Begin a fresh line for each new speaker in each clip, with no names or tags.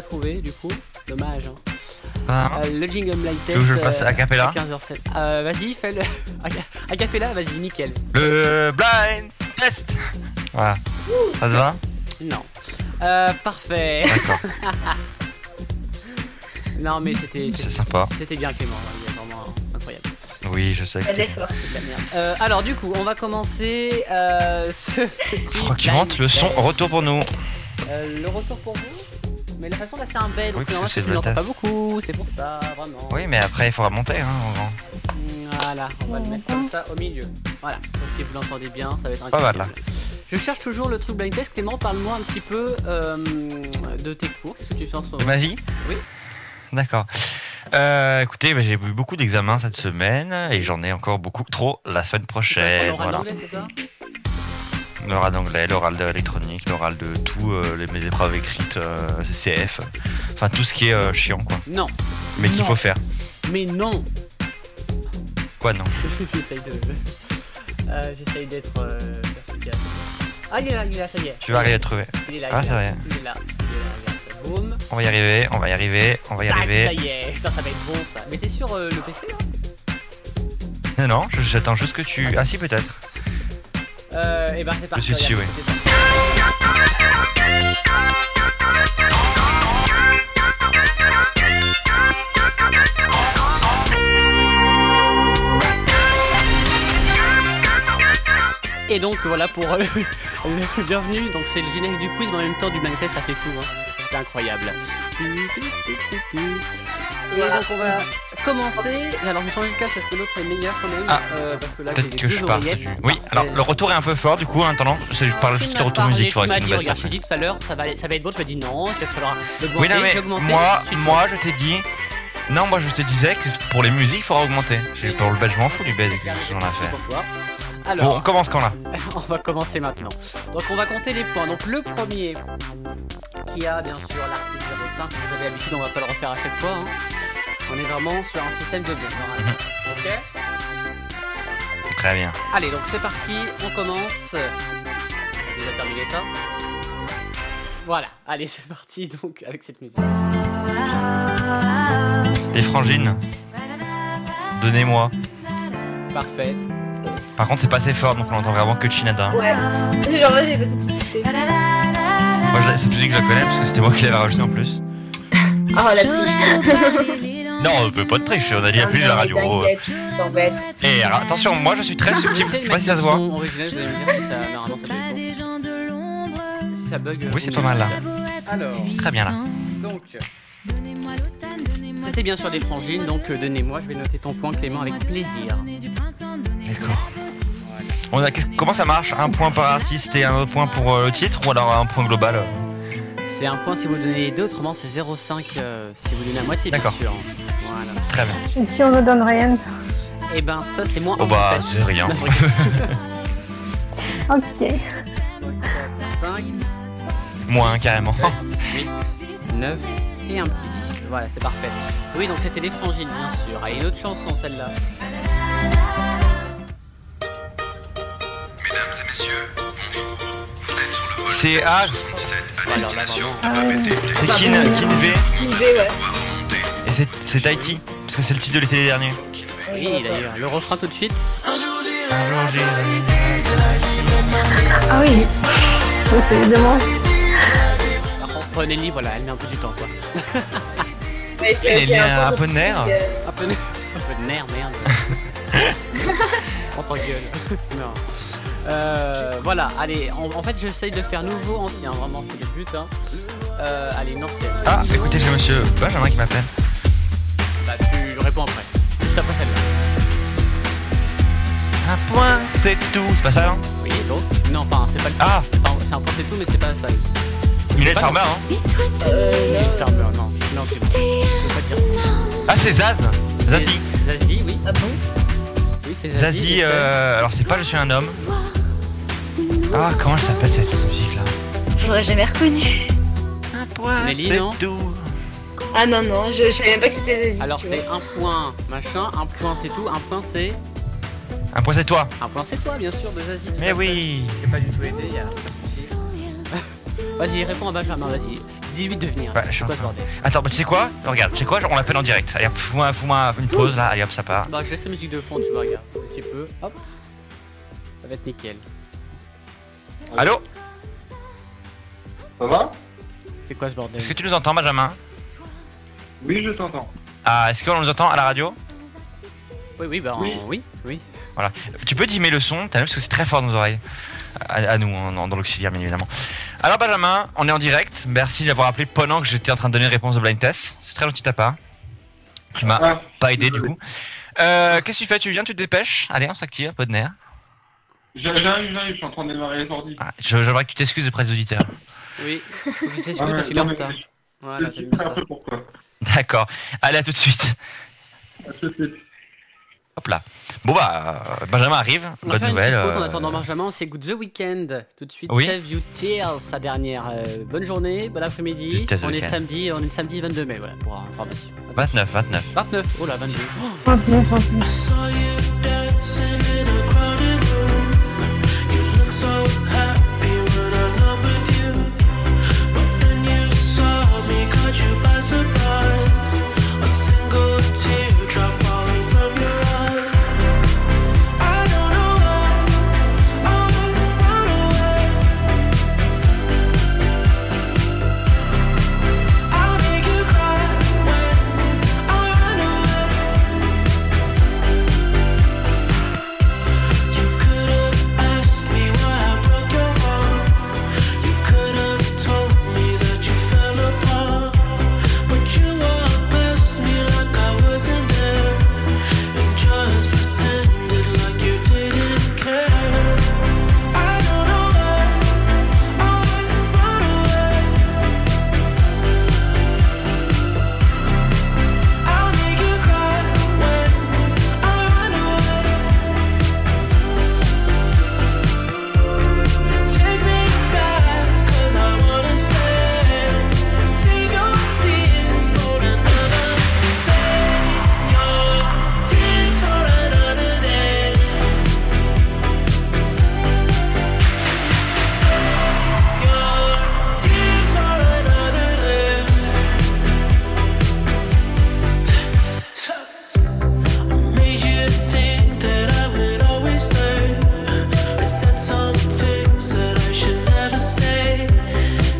trouvé du coup. Dommage. Hein.
Ah,
Euh, le jingle blind
Tu veux
test.
que je le fasse
euh,
a cappella
à 15h07. Euh, vas-y, fais le. a cappella, vas-y, nickel.
Le blind test Voilà. Ça te va
Non. Euh, parfait.
D'accord.
Non, mais c'était.
C'est
c'était-
sympa.
C'était bien Clément, hein, il est vraiment incroyable.
Oui, je sais que c'était.
D'accord.
C'est de la merde. Euh, alors du coup, on va commencer euh, ce petit
Fragmente le
blind
son,
test.
retour pour nous.
Euh, le retour pour vous. Mais la façon là c'est un bel,
Oui,
donc
parce que
normalement,
c'est
tu
le
l'entends pas
test.
beaucoup, c'est pour ça, vraiment.
Oui, mais après, il faudra monter, hein, en grand.
Voilà, on va le mettre comme ça au milieu. Voilà, donc si vous l'entendez bien, ça va être
Pas mal, hein.
incroyable. Je cherche toujours le truc blind test. Clément, parle-moi un petit peu euh, de tes cours. Qu'est-ce que tu fais en ce
De
moment
ma vie
Oui.
D'accord. Euh, écoutez, bah, j'ai eu beaucoup d'examens cette semaine et j'en ai encore beaucoup trop la semaine
Tu fais
prochaine.
en oral
Voilà.
anglais, c'est ça
L'oral d'anglais, l'oral d'électronique, l'oral de tout, euh, les, mes épreuves écrites, euh, CF, enfin tout ce qui est euh, chiant quoi.
Non,
Mais qu'il
Non.
faut faire.
mais non
Quoi non
J'essaye de. Euh, J'essaye d'être euh, perspicace. Ah, il est là, il est là, ça y est.
Tu vas arriver à trouver.
Il est là,
Ah,
il est
ça
là.
va.
Il est là, il est là, regarde ça. Boum.
On va y arriver, on va y arriver, on va y
Tac, ça
arriver.
y est. Putain, ça va être bon ça. Mais t'es sur euh, le PC là
Non, non, je- j'attends juste que tu. Ah si peut-être.
Euh, et ben c'est parti.
Je suis
regarde, c'est parti. Et donc voilà pour euh, le bienvenue. Donc c'est le générique du quiz, mais en même temps du blind test, ça fait tout. Hein. C'est incroyable. Tu, tu, tu, tu, tu. Et
Voilà.
donc on va commencer. Alors je vais changer de casque parce que l'autre est meilleur quand même.
Ah.
euh, parce que là, j'ai
Peut-être
les
que
deux
je parte
oreillettes.
du. Oui, alors le retour est un peu fort du coup, hein, attendant, c'est- je parle juste
Tu
le
m'as
retour
parlé,
musique, il
tu m'as
faudrait qu'il nous
dit,
baisse
regarde,
après.
je t'ai dit tout à l'heure, ça va, aller- ça va être beau, tu m'as dit non, il va falloir l'augmenter,
Oui, non, mais
j'ai augmenté,
moi,
je suis-
moi, je t'ai dit. Non, moi, je te disais que pour les musiques, il faudra augmenter. J'ai- Pour le bas, je m'en fous du bas que
Regarde,
j'en ai
c'est
fait.
pour toi.
Bon, on
Alors,
commence quand là
on va commencer maintenant. Donc, on va compter les points. Donc, le premier qui a bien sûr l'article 05, vous avez l'habitude, on va pas le refaire à chaque fois. hein. On est vraiment sur un système de blocs, normalement.
Mhm.
Ok
Très bien.
Allez, donc c'est parti, on commence. On a déjà terminé ça. Voilà, allez, c'est parti donc avec cette musique.
Les frangines. Donnez-moi.
Parfait.
Par contre, c'est pas assez fort, donc on entend vraiment que Chinada.
Ouais. Ah, Genre là, j'ai pas tout de suite. fait.
Moi, je la- cette musique, je la connais parce que c'était moi qui l'avais rajoutée en plus.
Oh la triche.
Non, on peut pas de triche, on a dit
Non,
plus de
non,
la
mais
radio. Ah, oh.
t'inquiète, T'embête.
Et Eh, alors, attention, moi, je suis très subtil. Je sais pas si ça se voit.
Original, vous allez me dire si ça, normalement, ça doit être bon. Si ça bug.
Oui, c'est
on
pas mal, là.
Alors,
Très bien là.
donc. C'était bien sûr des frangines, donc euh, donnez-moi, je vais noter ton point Clément avec plaisir.
D'accord. On a, qu'est-ce- comment ça marche Un point par artiste et un autre point pour euh, le titre ou alors un point global euh
C'est un point si vous donnez les deux, autrement c'est 0,5 euh, si vous donnez la moitié, bien
D'accord.
sûr. Voilà.
Très bien.
Et si on ne donne rien
Et ben ça c'est moins.
Oh
un,
bah,
en fait.
c'est rien.
Non, je rigole.
Ok.
Donc, euh, cinq,
Moins carrément.
9 et un petit 10. Voilà, c'est parfait. Oui, donc c'était les frangines, bien sûr. Ah, Et une autre chanson, celle-là.
C'est ah,
Bon, alors là, vraiment.
Ah ouais.
c'est Kin, Kin V
Il veut, ouais.
et c'est c'est Tahiti parce que c'est le titre de l'été dernier.
Oui, d'ailleurs, le refrain tout de suite.
Ah oui. Ça, C'est évidemment.
Par contre, Nelly, voilà, elle met un peu du temps, quoi.
Ouais,
Il est
j'ai
né à
un peu de
Apollinaire
truc, euh,
Un peu de, un peu de nerf, merde. On t'engueule. non. Euh, voilà, allez, en, en fait, j'essaye de faire nouveau ancien, vraiment, c'est le but, hein. Euh, allez, une ancienne.
Ah, écoutez, j'ai Monsieur Benjamin qui m'appelle.
Bah, tu réponds après. Juste après celle-là.
Un point, c'est tout. C'est pas ça là
Oui, donc Non, enfin, c'est pas le.
Ah,
c'est pas- C'est un point, c'est tout, mais c'est pas ça.
il est farmer. Hein.
euh,
Il ferme, euh, non. Non, c'est bon. Je peux pas dire ça.
Ah, c'est Zaz. Zazie.
Zazie, oui.
Ah bon
Oui, c'est
Zazie.
et Seul.
euh, alors c'est pas Je suis un homme. Ah, comment elle s'appelle cette musique là
J'aurais jamais reconnu.
Un point,
Nelly,
c'est
non
tout.
Ah non, non, je, je savais même pas que c'était Zazie.
Alors,
tu
c'est
vois.
un point machin, un point c'est tout, un point c'est.
Un point, c'est toi.
Un point c'est toi, bien sûr, de Zazie. tout à
Mais
fait.
oui.
J'ai pas du tout aidé, y a- Vas-y, réponds à Benjamin, vas-y. 18 de venir.
Ouais, je suis
C'est
en
quoi ce
train.
bordel
Attends, mais tu sais quoi Regarde, tu sais quoi On l'appelle en direct. Allez, hop, fous-moi fous-moi une pause là, allez hop, ça part.
Bah, je laisse la musique de fond, tu vois, regarde. Un petit peu, hop. Ça va être nickel.
Allô
Ça va
C'est quoi ce bordel
Est-ce que tu nous entends, Benjamin
Oui, je t'entends.
Ah, est-ce qu'on nous entend à la radio
Oui, oui, bah, en- oui,
Oui.
oui.
Tu peux dimmer le son, t'as vu, parce que c'est très fort dans nos oreilles. À, à nous, hein, dans, dans l'auxiliaire, bien évidemment. Alors, Benjamin, on est en direct. Merci d'avoir appelé pendant que j'étais en train de donner réponse au blind test. C'est très gentil de ta part. Tu m'as
Ah,
pas aidé, du
désolé.
coup. Euh, Qu'est-ce que tu fais Tu viens, tu te dépêches Allez, on s'active, pas de nerfs.
j'a- j'arrive, j'arrive, je suis en train de démarrer les ordi.
Ah, je- J'aimerais que tu t'excuses auprès des auditeurs.
Oui, faut que tu saches
Ah,
que
ouais,
toi, il est en
non, mais
retard.
je-
Voilà,
je
c'est
sais
bien
pas
ça.
un peu pourquoi.
D'accord. Allez, à tout de suite.
À ce fait.
Hop là. Bon, bah, euh, Benjamin arrive.
On va
Bonne
faire une
nouvelle.
petite pause en
euh,
attendant Benjamin, c'est Good The Weekend. Tout de suite,
Oui.
Save You Tears, sa dernière. Euh, bonne journée, bon après-midi.
Good Tears
On est
Weekend.
samedi, on est le samedi 22 mai, voilà, pour information.
29, 29.
29, oh là, 22. Oh,
Ah, non, ça, c'est-
You could have asked me why I broke your heart. You could have told me that you fell apart. But you walked past me like I wasn't there. And just pretended like you didn't care. I don't know why I run away. I'll make you cry when I run away. Take me back, 'cause I wanna stay. See your tears for another day. Your tears for another day. Your tears for another day. Made you think that I would always learn. I said some things that I should never say.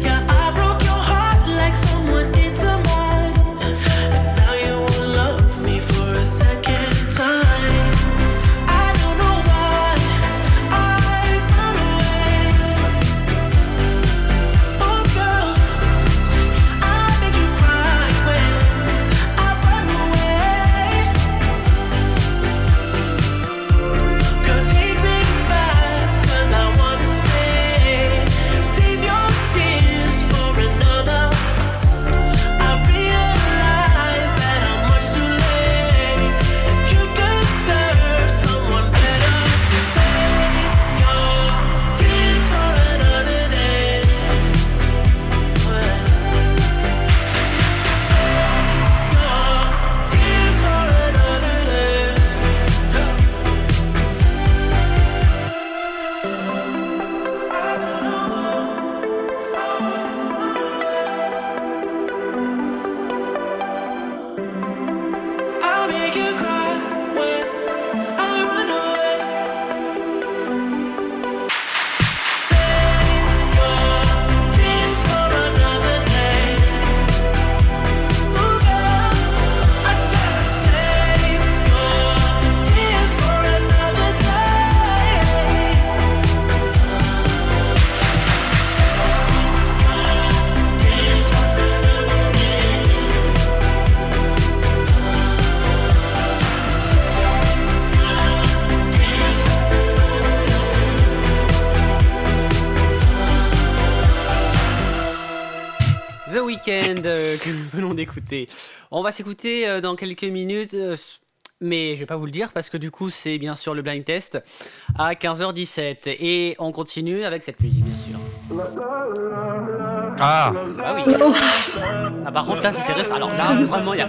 Yeah, I broke your heart like someone did to mine. And now you will love me for a second time. I don't know why I run away. Oh girl, I make you cry when I run away. Girl, take me back, 'cause I wanna stay. Save your tears for another. I realize that I'm much too late, and you deserve someone better. Save your tears for another day. Save your tears for another day. I'll make you cry when I run away. Save your tears for another day. Ooh, girl, I said save your tears for another day. Tears for another day.
The Weekend euh, que nous venons d'écouter. On va s'écouter euh, dans quelques minutes, euh, s- mais je vais pas vous le dire parce que du coup c'est bien sûr le blind test à 15h17 et on continue avec cette musique bien sûr.
La la la la
Ah,
Ah oui. Ah par contre là c'est sérieux. ça. Alors là vraiment il y a.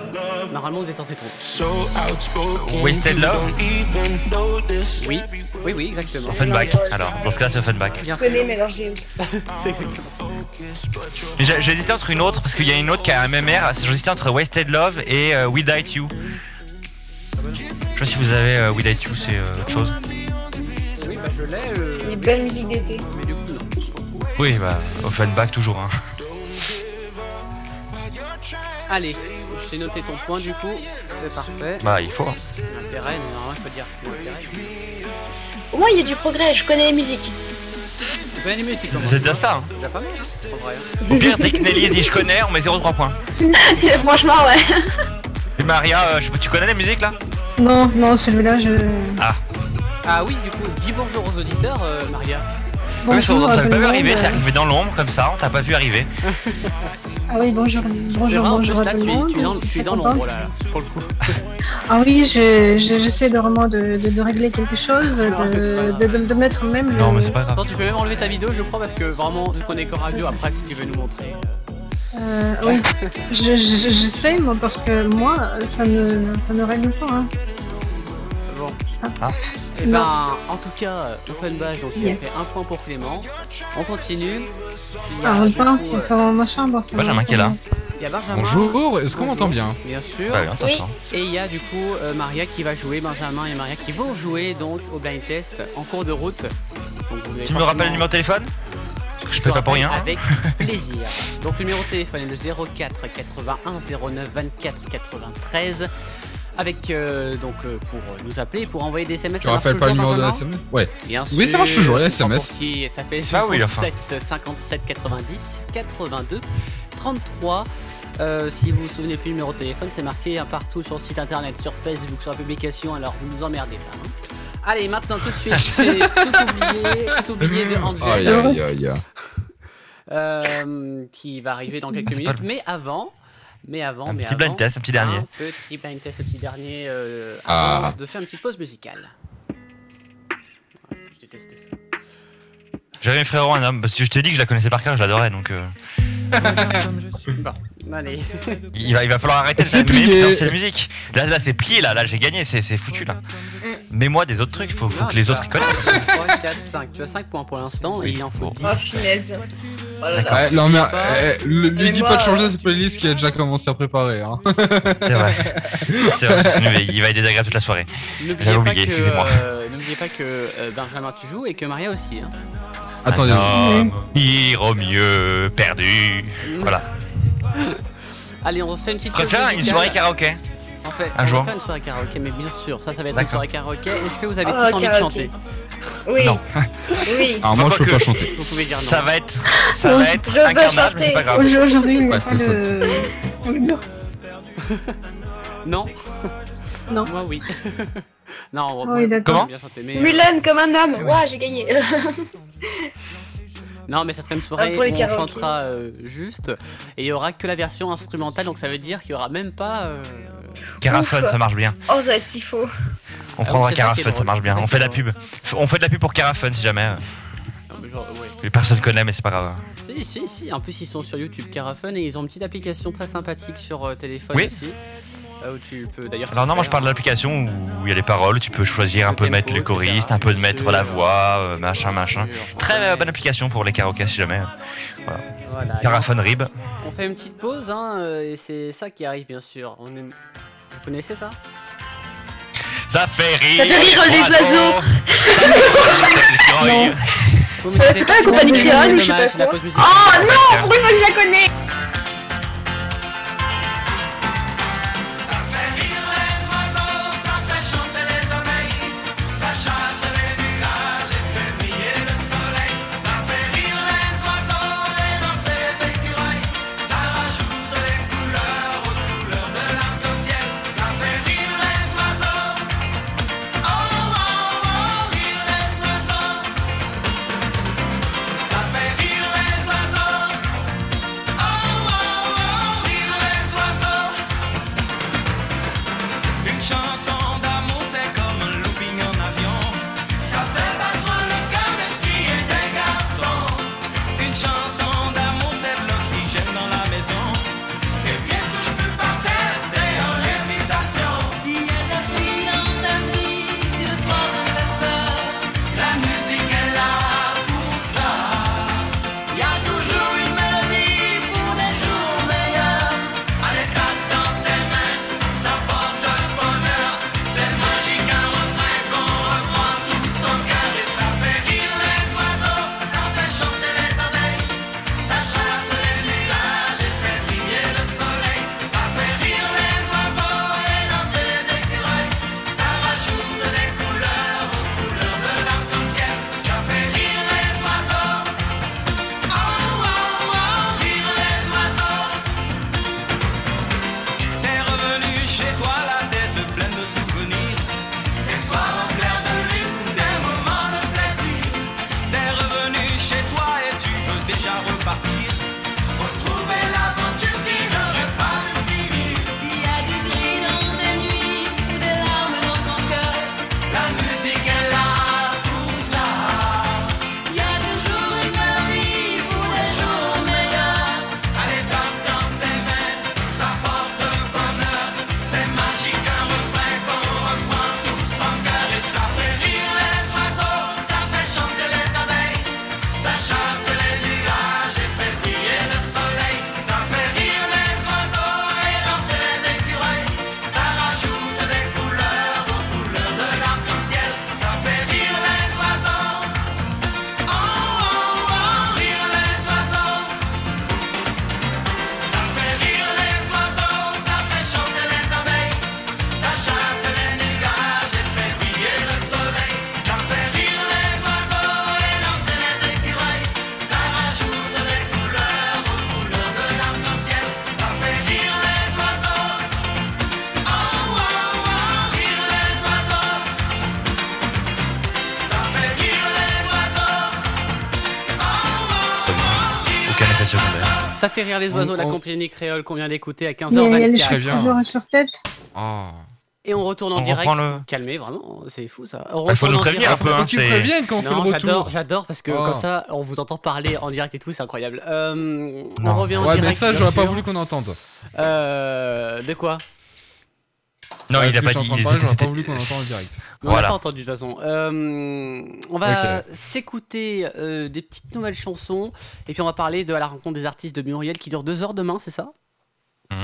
Normalement vous êtes censé trouver.
Wasted Love,
Oui. Oui oui exactement.
Offenbach. Alors, dans ce cas-là, c'est Offenbach.
Bien
Je connais, mais alors j'ai où
C'est exactement.
Mais J'ai j'ai hésité entre une autre, parce qu'il y a une autre qui a un même air. J'ai hésité entre Wasted Love et euh, We Died You. Je sais pas si vous avez euh, We Died You, c'est euh, autre chose.
Oui bah je l'ai. euh,
Une bonne musique d'été.
Mais du coup non.
Oui, bah, Offenbach toujours. Hein.
Allez. J'ai noté ton point du coup. C'est parfait.
Bah, il faut.
L'intérêt non je peux dire. l'intérêt.
Au moins, il y a du progrès, je connais les musiques.
Tu connais les musiques.
C'est déjà ça. Hein.
C'est déjà pas mal. hein, en vrai.
Au pire, dès que Nelly dit je connais, on met 0,3 points.
Franchement, ouais.
Et Maria, euh, je sais pas, tu connais la musique là
Non, non, celui-là, je.
Ah oui du coup dis bonjour aux auditeurs euh, Maria.
Oui, mais on
à tout
t'avait
le
pas vu
monde.
arriver, t'es arrivé dans l'ombre comme ça, on t'a pas vu arriver.
Ah oui, bonjour,
C'est
bonjour,
vrai, en plus,
bonjour à
là,
tout le
tu,
monde.
tu es dans,
Je
tu es
suis
dans
contente.
l'ombre là, là, pour le coup.
Ah oui, je- je- j'essaie de vraiment de, de, de régler quelque chose,
Non, c'est pas
de,
grave.
de, de, de mettre même le-
Non, mais c'est pas grave.
Attends, tu peux même enlever ta vidéo, je crois, parce que vraiment, vu qu'on est qu'en radio, après, si tu veux nous montrer.
Euh, oui, je, je, je sais, moi, parce que moi, ça ne, ça ne règle pas. Hein.
euh, Bon.
Ah.
Et
Non.
ben, en tout cas, Offenbach, donc il a
Yes.
fait un point pour Clément. On continue. Il y a,
Ah,
du
pas,
coup,
c'est
euh,
ça dans ma chambre. ça
Benjamin
va.
qui est là.
il y a Benjamin,
Bonjour, est-ce qu'on
Bonjour.
m'entend bien
bien sûr.
Bah oui, on t'entend.
Et il y a du coup euh, Maria qui va jouer, Benjamin et Maria qui vont jouer donc au blind test en cours de route. Donc, vous
Tu me rappelles le numéro de téléphone Parce que je peux pas pour rien. hein.
Avec plaisir. Donc le numéro de téléphone est le 04 81 09 24 93. Avec euh, donc euh, pour nous appeler, pour envoyer des SMS.
Tu
ça marche
rappelles pas le
toujours,
numéro de la
Benjamin
SMS Ouais.
Bien
Oui, ça marche
sûr,
toujours, les
c'est encore
SMS.
pour Qui, ça fait
Ah oui,
57,
enfin.
57, 90, 82, 33. Euh, si vous vous souvenez plus du numéro de téléphone, c'est marqué hein, partout sur le site internet, sur Facebook, sur la publication, alors vous nous emmerdez pas. hein. Allez, maintenant tout de suite, c'est tout oublié, tout oublié de Angel.
Aïe aïe aïe aïe.
Euh, qui va arriver dans quelques
C'est
minutes.
pas le-
Mais avant, mais avant,
Un
mais
petit
avant,
blind test, un petit dernier.
un petit blind test, un petit dernier, euh,
Ah.
avant de faire une petite pause musicale. Ah, Je déteste ça. Ah.
J'avais un frérot, un homme, parce que je t'ai dit que je la connaissais par cœur, je l'adorais, donc euh,
Bon, allez.
il, va, il va falloir arrêter de
C'est
faire une
plié.
putain, c'est la musique. Là, là c'est plié, là, là j'ai gagné, c'est c'est foutu là. Mais moi des autres trucs, faut, faut
Mm. Non,
que les
t'as-
autres y connaissent.
3, 4, 5. Tu as 5 points pour l'instant et
Oui,
il en
bon.
faut 10.
Oh, punaise. Oh là là.
Ouais, non, mais, euh, le-
Mais
lui dis
moi,
pas de changer
euh,
cette playlist qui a déjà commencé à préparer. Hein.
C'est vrai. C'est vrai, sinon, il va- il va être désagréable toute la soirée.
N'oubliez
J'avais
pas,
oublié,
que,
excusez-moi.
euh, n'oubliez pas que euh, Benjamin, tu joues et que Maria aussi. hein.
Attendez.
Un homme pire au mieux perdu. Voilà.
Allez, on refait une petite pause
Préfère une
musicale.
soirée karaoké.
En fait,
Un
on
jour.
va faire une soirée karaoké, mais bien sûr, ça, ça va être une
D'accord.
soirée karaoké. Est-ce que vous avez
Oh,
tous envie de
karaoké.
chanter
Oui,
Non. Ah.
oui.
Alors moi,
Pas
je peux
que-
pas chanter.
Vous pouvez dire non.
Ça va être, ça va être
je
un
veux
carnage, mais c'est
chanter.
pas grave.
Aujourd'hui, il n'y a
Ouais,
pas
c'est
de.
Non
Non.
Moi, oui. non, on
Oui, d'accord.
Comment
bien chanter, mais, euh,
Mulan comme un homme. Ouah, j'ai gagné.
Non, mais ça sera une soirée
Ah,
où
pour les
on
karaokés.
chantera euh, juste et il y aura que la version instrumentale, donc ça veut dire qu'il y aura même pas. euh,
Carafun,
Ouf.
ça marche bien.
Oh, ça va être si faux.
On
Ah,
prendra
c'est ça qui est
Carafun, ça
drôle.
marche bien.
C'est ça
On
qui
fait
est
de la
drôle.
pub. On fait de la pub pour Carafun si jamais.
genre, ouais.
Mais Personne connaît, mais c'est pas grave.
Si, si, si. En plus, ils sont sur YouTube Carafun et ils ont une petite application très sympathique sur euh, téléphone
Oui.
aussi. euh, où tu peux d'ailleurs.
Alors non, moi je parle de
faire,
l'application où il y a les paroles, tu peux choisir un
Le
peu de
tempo,
mettre le choriste,
etc.
un peu de mettre la voix, euh, machin,
euh,
machin.
sur-
Très euh,
Ouais.
bonne application pour les karaokés si jamais.
Voilà.
Carafun Rib.
On fait une petite pause, hein, euh, et c'est ça qui arrive, bien sûr. On est- Vous connaissez ça
Ça fait rire.
Ça fait rire les oiseaux.
Ça fait rire les oiseaux.
Vous me savez
Euh, c'est pas la compagnie
mais
Créole
dommage,
ou je sais pas
la
quoi.
pause musicale.
Oh non, pourquoi il faut que je la connais
Oh,
Oh, Oh,
Ça fait rire les
On-
oiseaux, la
Oh.
on-
compagnie créole qu'on vient d'écouter à
Il y a, il y a les
15h24.
Très bien.
cheveux sur tête.
Oh.
Et on retourne en
On
direct.
reprend le.
Calmez, vraiment, c'est fou ça. On
Bah, faut
retourne
nous
en
prévenir
direct.
un peu, hein.
Faut que tu
c'est-
préviennes quand on fait le
Non, j'adore,
retour.
j'adore parce que
Oh.
comme ça, on vous entend parler en direct et tout, c'est incroyable. Euh, on
Non.
revient en
Ouais, mais
direct.
ça,
bien
j'aurais pas
sûr.
voulu qu'on entende.
Euh, de quoi
Non,
Ouais,
il
ce
a
que
pas
je
dit.
suis en train de
il
parler,
était-
J'aurais pas voulu qu'on entende en direct.
Mais On l'a
Voilà.
pas entendu de toute façon. Euh, on va s'écouter euh, des petites nouvelles chansons et puis on va parler de à la rencontre des artistes de Muriel qui dure deux heures demain, c'est ça
Mhm.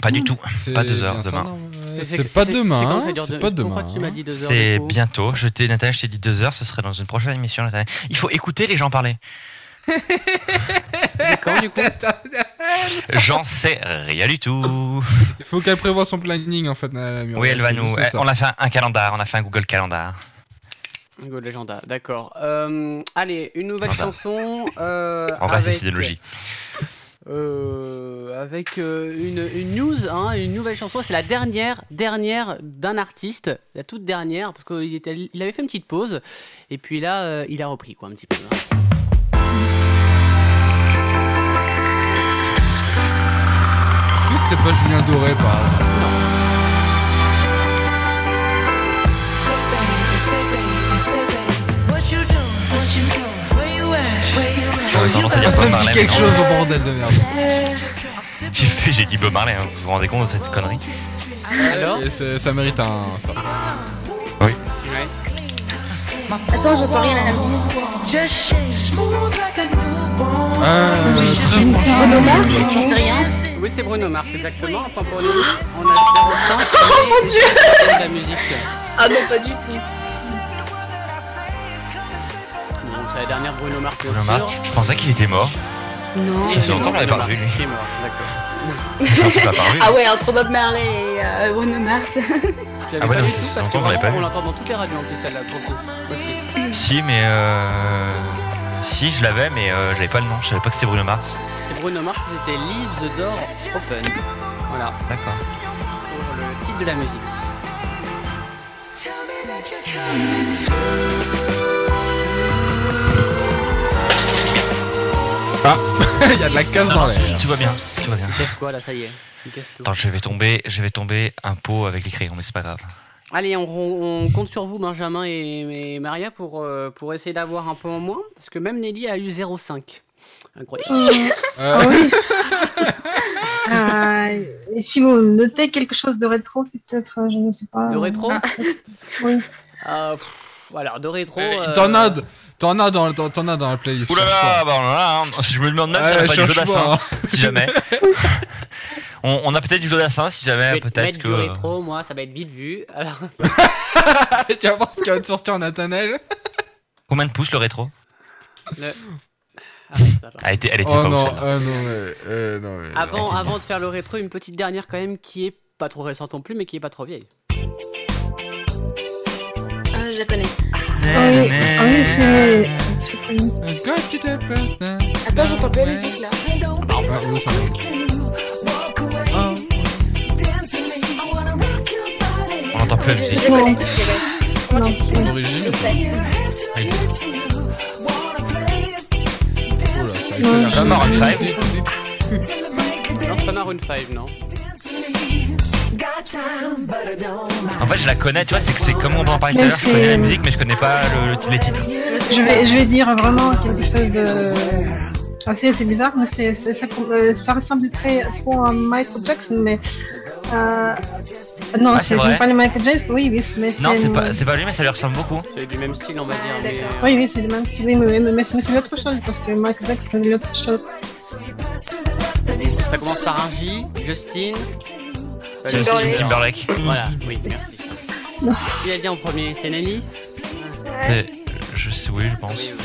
Pas du tout.
C'est
Pas deux heures
bien ça,
demain.
non, euh, C'est pas
quand
demain.
ça
hein,
dure
C'est
deux-
pas
Pourquoi
demain.
tu m'as dit deux heures
C'est
du coup
bientôt. Je t'ai, Nathalie, je t'ai dit deux heures. Ce serait dans une prochaine émission, Nathalie. Il faut écouter les gens parler.
C'est quand, du coup
J'en sais rien du tout.
Il faut qu'elle prévoie son planning en fait. la- la Muriel,
Oui, elle va
c'est
nous.
juste
eh,
ça.
On a fait un- un calendar. On a fait un Google Calendar.
Go de l'agenda, d'accord. Euh, allez, une nouvelle
Agenda.
chanson. Euh,
En vrai, c'est
avec-
sidéologie.
euh, avec euh, une, une news, hein, une nouvelle chanson. C'est la dernière, dernière d'un artiste, la toute dernière, parce qu'il était- il avait fait une petite pause, et puis là, euh, il a repris quoi, un petit peu. hein.
Est-ce que c'était pas Julien Doré par hasard
Say baby, say baby, say baby, what you doing? What you doing? Where you at? Where you at?
J'aurais tendance à dire
Ça
Bob
me dit
Marley.
quelque
mais
chose au bordel de merde.
non. J'ai fait- j'ai dit Bob Marley. hein. Vous vous rendez compte de cette connerie
Alors
Et c'est- ça mérite un. ça.
Attends, j'ai pas rien à la maison.
Just shake smooth like a newborn.
Euh, très bon.
Bruno Mars J'en sais rien.
Oui, c'est Bruno Mars, exactement. Enfin, pour nous, on a 05. Ah. Oh mon dieu de la musique.
Ah non, pas du tout.
Donc, c'est la dernière Bruno Mars, bien
Bruno
sûr.
Mars. Je pensais qu'il était mort.
Non.
Ça faisait longtemps qu'on l'avait pas
Bruno
revu, lui.
Mars, il est mort, d'accord.
Je l'ai pas revu.
Ah ouais, entre Bob Marley et euh, Bruno Mars.
Je l'avais
Ah ouais,
pas
non,
du
ça faisait
tout, parce que
longtemps qu'on l'avait pas
vraiment,
vu.
on l'entend dans toutes les radios en plus, celle-là, pour le coup. Aussi.
Si, mais euh... Si, je l'avais, mais euh, j'avais pas le nom. Je savais pas que c'était Bruno Mars.
Et Bruno Mars, c'était Leave the Door Open. Voilà,
D'accord.
pour le titre de la musique.
Tell me that you're coming through.
Il y a de la casse dans l'air.
Tout va bien, tout va bien.
Qu'est-ce quoi, là, ça y est Il casse tout.
Attends, je vais tomber, je vais tomber un pot avec les crayons, mais c'est pas grave.
Allez, on, on compte sur vous, Benjamin et, et Maria, pour, euh, pour essayer d'avoir un peu en moins. Parce que même Nelly a eu 0,5. Incroyable.
Euh,
Ah oui. Euh, et si vous notez quelque chose de rétro, peut-être, euh, je ne sais pas.
De rétro
Ah.
Oui.
Ah, pff, alors, de rétro. euh,
T'en as, d- t'en as dans, t'en- t'en as dans la playlist.
Oulala, bah on en a, hein. je me demande même si on a
Ouais,
pas du Jodassin,
cherche-moi.
si jamais. on, on a peut-être du Jodassin, si
je
jamais,
vais te
peut-être
mettre
que. euh,
du rétro, moi, ça va être vite vu. Alors,
hein. Tu vas voir ce qu'il va te sortir en Nathanel.
Combien de pouces le rétro Ah,
arrête ça, genre.
Elle était, elle était
Oh
pas ouf,
non,
celle-là.
euh, non, mais, euh, non,
Ah
mais-
avant,
Continue.
avant de faire le rétro, une petite dernière quand même qui est pas trop récente non plus, mais qui est pas trop vieille.
Ah, je la connais.
Ah oui, ah oui, c'est. c'est connu.
Quand Euh, tu te fais-
Attends, j'entends plus la musique là.
Ah, oui, ça va. Ah.
On entend plus la musique.
Je la connais, je la connais.
Non.
Son origine ou pas
Oui.
Oh là, ça a été
Ouais.
la-
Pas Maroon five.
Non, c'est pas Maroon 5, non
En fait, je la connais, tu vois, c'est que c'est comme on en parlait tout à
Mais
l'heure, je connais
c'est-
la musique, mais je connais pas le- le- les titres.
Je vais, je vais dire vraiment quelque chose de. Ah, c'est c'est bizarre, mais c'est, c'est- ça, euh, ça ressemble très trop à Michael Jackson, mais. Euh... Non,
Ah, c'est
c'est,
vrai.
c'est pas les Michael Jackson, oui, oui, mais c'est.
Non, c'est pas, c'est pas lui, mais ça lui ressemble beaucoup.
C'est du même style, on va dire.
Ah,
mais,
d'accord.
euh,
Oui, oui, c'est le même style, oui, mais, mais, mais, c'est- mais c'est l'autre chose, parce que Michael Jackson, c'est l'autre chose.
Ça commence par un J, Justin.
C'est le
Timberlake.
Justin Timberlake.
Voilà, Ah, oui, merci. Qui a dit en premier C'est Nelly
C'est- Je sais, oui, je pense.
Oui, oui.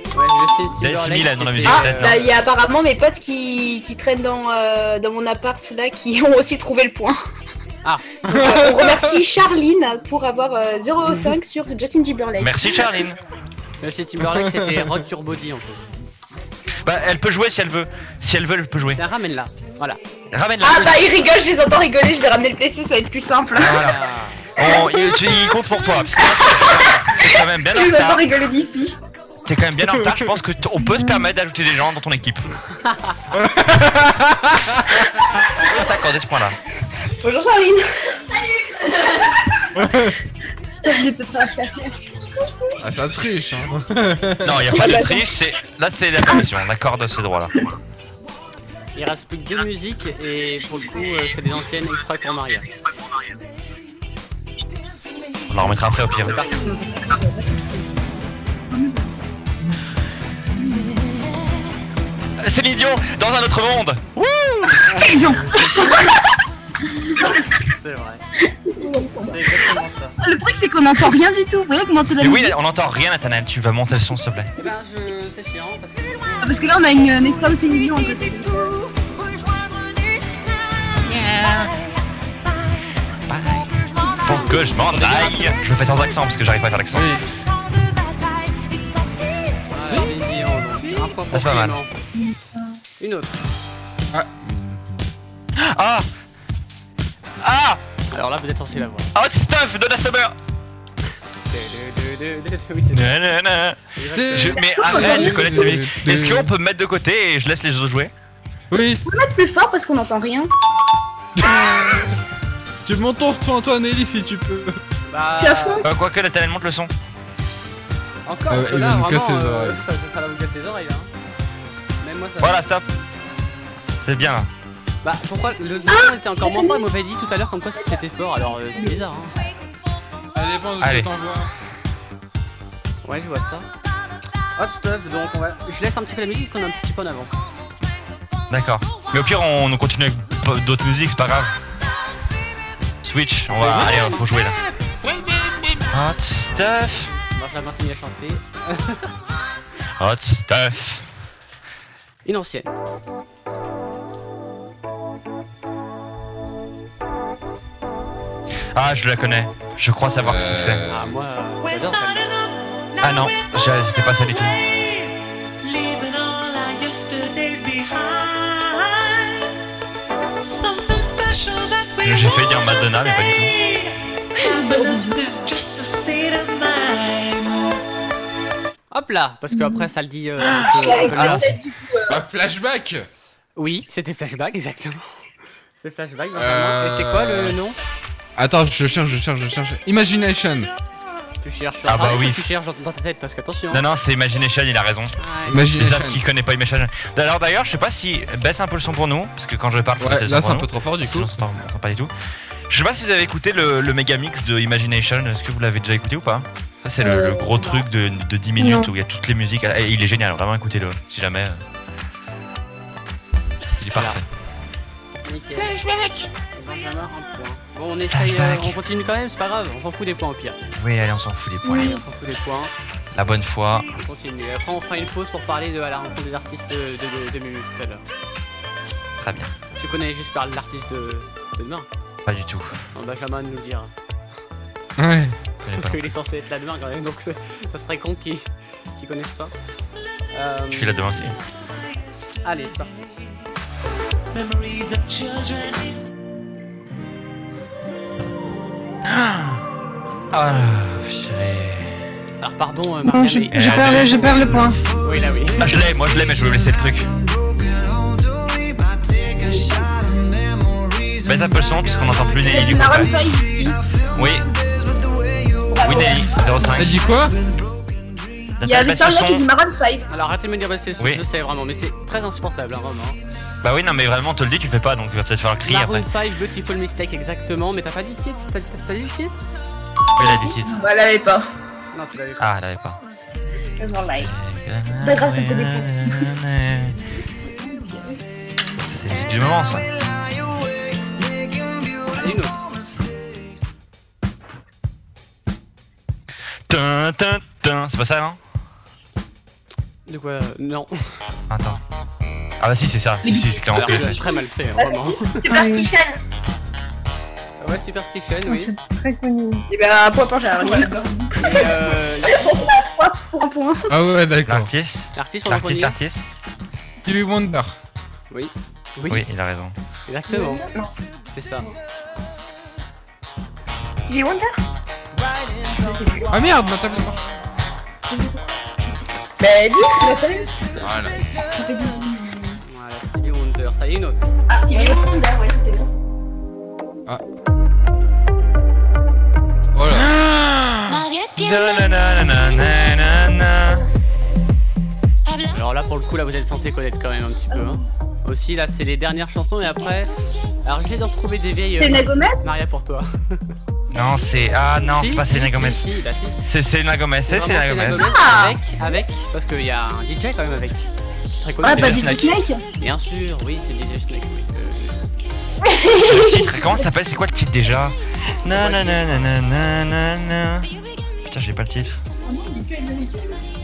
Ouais,
Il
Justin
y a des
Timberlake,
similaires dans la
c'était-
musique,
euh,
Ah,
peut-être,
bah, il y a apparemment mes potes qui, qui traînent dans, euh, dans mon appart là qui ont aussi trouvé le point.
Ah.
Donc, euh, on remercie Charline pour avoir euh, 0,5 sur Justin Timberlake.
Merci, Charline.
Justin Timberlake, c'était Rock Your Body en plus.
Bah, elle peut jouer si elle veut. Si elle veut, elle peut jouer.
La ramène là, Ben, voilà.
Ramène-la.
Ah bah ils rigolent, je les entends rigoler, je vais ramener le PC, ça va être plus simple.
Ah, voilà. On- il, tu- il compte pour toi. Parce que là, t'es quand même bien en
Je les entends
retard.
rigoler d'ici.
T'es quand même bien en retard, je pense que t- on peut se permettre d'ajouter des gens dans ton équipe. on peut t'accorder ce point-là.
Bonjour Charline Salut
Ah, ça triche, hein.
Non, y a pas de triche, c'est... là c'est la permission, on accorde ce droit-là.
Il reste plus que deux musiques et pour le coup, euh, c'est des anciennes exprès pour Maria.
On en remettra après au pire. C'est l'idiot dans un autre monde Wouh
C'est vrai. C'est exactement ça.
Le truc, c'est qu'on n'entend rien du tout. Vous voyez comment tout la
Mais oui,
musique
on n'entend rien, Nathanaël, tu vas monter le son s'il te plaît.
Eh ben, je... c'est chiant parce que.
Ah, Parce que là, on a une, une esclave Céline Dion à côté.
Faut que je m'en aille Je fais sans accent parce que j'arrive pas à faire l'accent.
Oui.
Ah, Céline Dion, donc, un point pour
c'est pas mal.
Clément. Une autre.
Ah.
Ah Ah
Alors là, vous êtes censé la voir.
Hot stuff de la summer
Oui, c'est ça.
Nanana.
Exactement.
Je- Mais arrête, je connais tes musiques. Est-ce qu'on peut me mettre de côté et je laisse les autres jouer
Oui,
Plus fort parce qu'on n'entend rien.
tu montes ton son, Antoine Ellie, si tu peux.
Bah,
Tu as fond
Euh, Quoique, Nathanaël monte le son.
Encore,
Ah ouais,
parce que
il
là,
va nous
vraiment,
casser les
euh,
oreilles.
ça, ça- ça va vous casser les oreilles. Hein. Même moi, ça va.
Voilà, stop. C'est bien là.
Bah, pourquoi le, le son était encore moins fort Il m'avait dit tout à l'heure comme quoi c'était fort, alors euh, c'est bizarre. Hein.
Ça dépend de
Allez.
t'envoies.
Ouais, je vois ça. Hot stuff, donc on va... je laisse un petit peu la musique qu'on a un petit peu en avance.
D'accord. Mais au pire, on, on continue avec p- d'autres musiques, c'est pas grave. Switch, on va. Allez, faut jouer là. Hot stuff.
Alors, je vais mis à chanter.
Hot stuff.
Une ancienne.
Ah, je la connais. Je crois savoir ce que c'est.
Ah,
Euh,
moi, euh, j'adore celle-là.
Ah non, j'ai- c'était pas ça du tout.
Leaving all our yesterdays behind. Something special that we
J'ai failli dire
wanna
Madonna, mais pas du
stay. But this is just a state of mind.
Hop là Parce qu'après, ça le dit. euh, un peu- un peu
Ah,
bien.
c'est-
Bah, flashback
oui, c'était flashback, exactement. C'est flashback, vraiment.
Euh,
Et c'est quoi le nom
Attends, je cherche, je cherche, je cherche. Imagination
Tu cherches sur
Ah bah
Internet
oui.
ou Tu cherches dans dans ta tête parce qu'attention.
non, non, c'est Imagination, il a raison.
Ouais.
Les
Imagination
apps qui connaissent pas Imagination. Alors d'ailleurs, je sais pas si. Baisse un peu le son pour nous, parce que quand je parle, faut
Ouais,
baisser le
là
son
c'est
pour
un
nous.
peu trop fort du coup.
Sinon, on s'entend pas du tout. Je sais pas si vous avez écouté le, le méga mix de Imagination, est-ce que vous l'avez déjà écouté ou pas Ça c'est le,
Euh,
le gros
non.
truc de, de 10 minutes
Non.
où il y a toutes les musiques. Ah, et il est génial, vraiment écoutez-le si jamais. euh, Il est parfait.
Nickel. Benjamin, un point. Bon, on essaye, euh, on continue quand même, c'est pas grave, on s'en fout des points au pire.
Oui, allez, on s'en fout des points.
Allez, on s'en fout des points,
La bonne foi.
on continue. Après, on fera une pause pour parler de à la rencontre des artistes de, de, de, de Mumu tout à l'heure.
Très bien.
Tu connais juste par l'artiste de, de demain
Pas du tout.
Non, Benjamin nous le dira.
Eh Je
Ouais.
connais pas
Parce
non plus.
qu'il est censé être là demain quand même, donc ça ça serait con qu'il qu'il connaisse pas. Euh,
Je suis là demain aussi.
Allez, c'est parti.
Memories of children.
Ah, purée.
Alors, pardon, euh,
Bon,
Marianne,
je,
mais-
je perds, le- je perds le point.
Oui, là, oui.
Ah, je l'ai, moi je l'ai, mais je veux laisser le truc. Baisse un peu le son, puisqu'on n'entend plus Nelly du coup. bah,
Maroon 5.
Oui. Oui, Nelly, 05.
Elle dit quoi
Il y
Nathalie,
a
baisse
Victor
le
Jack qui
son.
dit Maroon 5.
Alors, arrêtez de me dire, bah, c'est
Oui.
je sais vraiment, mais c'est très insupportable, hein, vraiment.
Bah oui, non, mais vraiment, on te le dit, tu le fais pas, donc il va peut-être falloir
Bah
crier après.
Maroon 5, Beautiful Mistake, exactement, mais t'as pas dit le titre T'as t'as- t'as dit le titre
Il a dit qu'il-
Bah, elle l'avait pas.
Non, tu l'avais pas.
Ah, elle avait pas.
Pas grave, c'était des
C'est musique du moment, ça.
Une autre.
Tin, tin, tin. C'est pas ça, non
De quoi euh, Non.
Attends. Ah bah si, c'est ça. Si, si, c'est clairement ce
Alors,
que j'ai
vous avez
fait.
très mal fait, hein, vraiment.
Superstition.
Ouais, Superstition, oui.
C'est très connu.
Eh
Et ben, un point pour Charline.
Et, euh,
Un point.
Ah ouais, d'accord.
L'artiste
Oh,
L'artiste, on l'a
L'artiste,
connu.
l'artiste
Stevie Wonder.
Oui,
ah, Oui, il a raison.
exactement. C'est ça.
Stevie Wonder
Ah merde, ma table est morte.
Bah,
Ben, dis, Nathalie.
Voilà.
Voilà, Stevie Wonder, ça y est une autre.
Ah, Stevie Wonder, ouais, c'était bien.
Voilà.
Nanananananana.
Alors là, pour le coup, là, vous êtes censé connaître quand même un petit peu. hein. Aussi, là, c'est les dernières chansons et après. Alors, j'ai d'en trouver des vieilles. euh,
Selena Gomez
Maria pour toi.
Non, c'est. Ah non, c'est pas Selena Gomez.
Si, si, bah, si.
C'est Selena Gomez, c'est
Vraiment,
Selena Gomez.
Ah
Gomez Avec, avec, parce qu'il y a un DJ quand même avec. Très connu.
Ouais,
bah,
c'est
pas
le
du tout
snack.
Snake
Bien sûr, oui, c'est DJ Snake. Oui, c'est-
Le Euh, titre, comment ça s'appelle C'est quoi le titre déjà Nanananananana. Putain, j'ai pas le titre.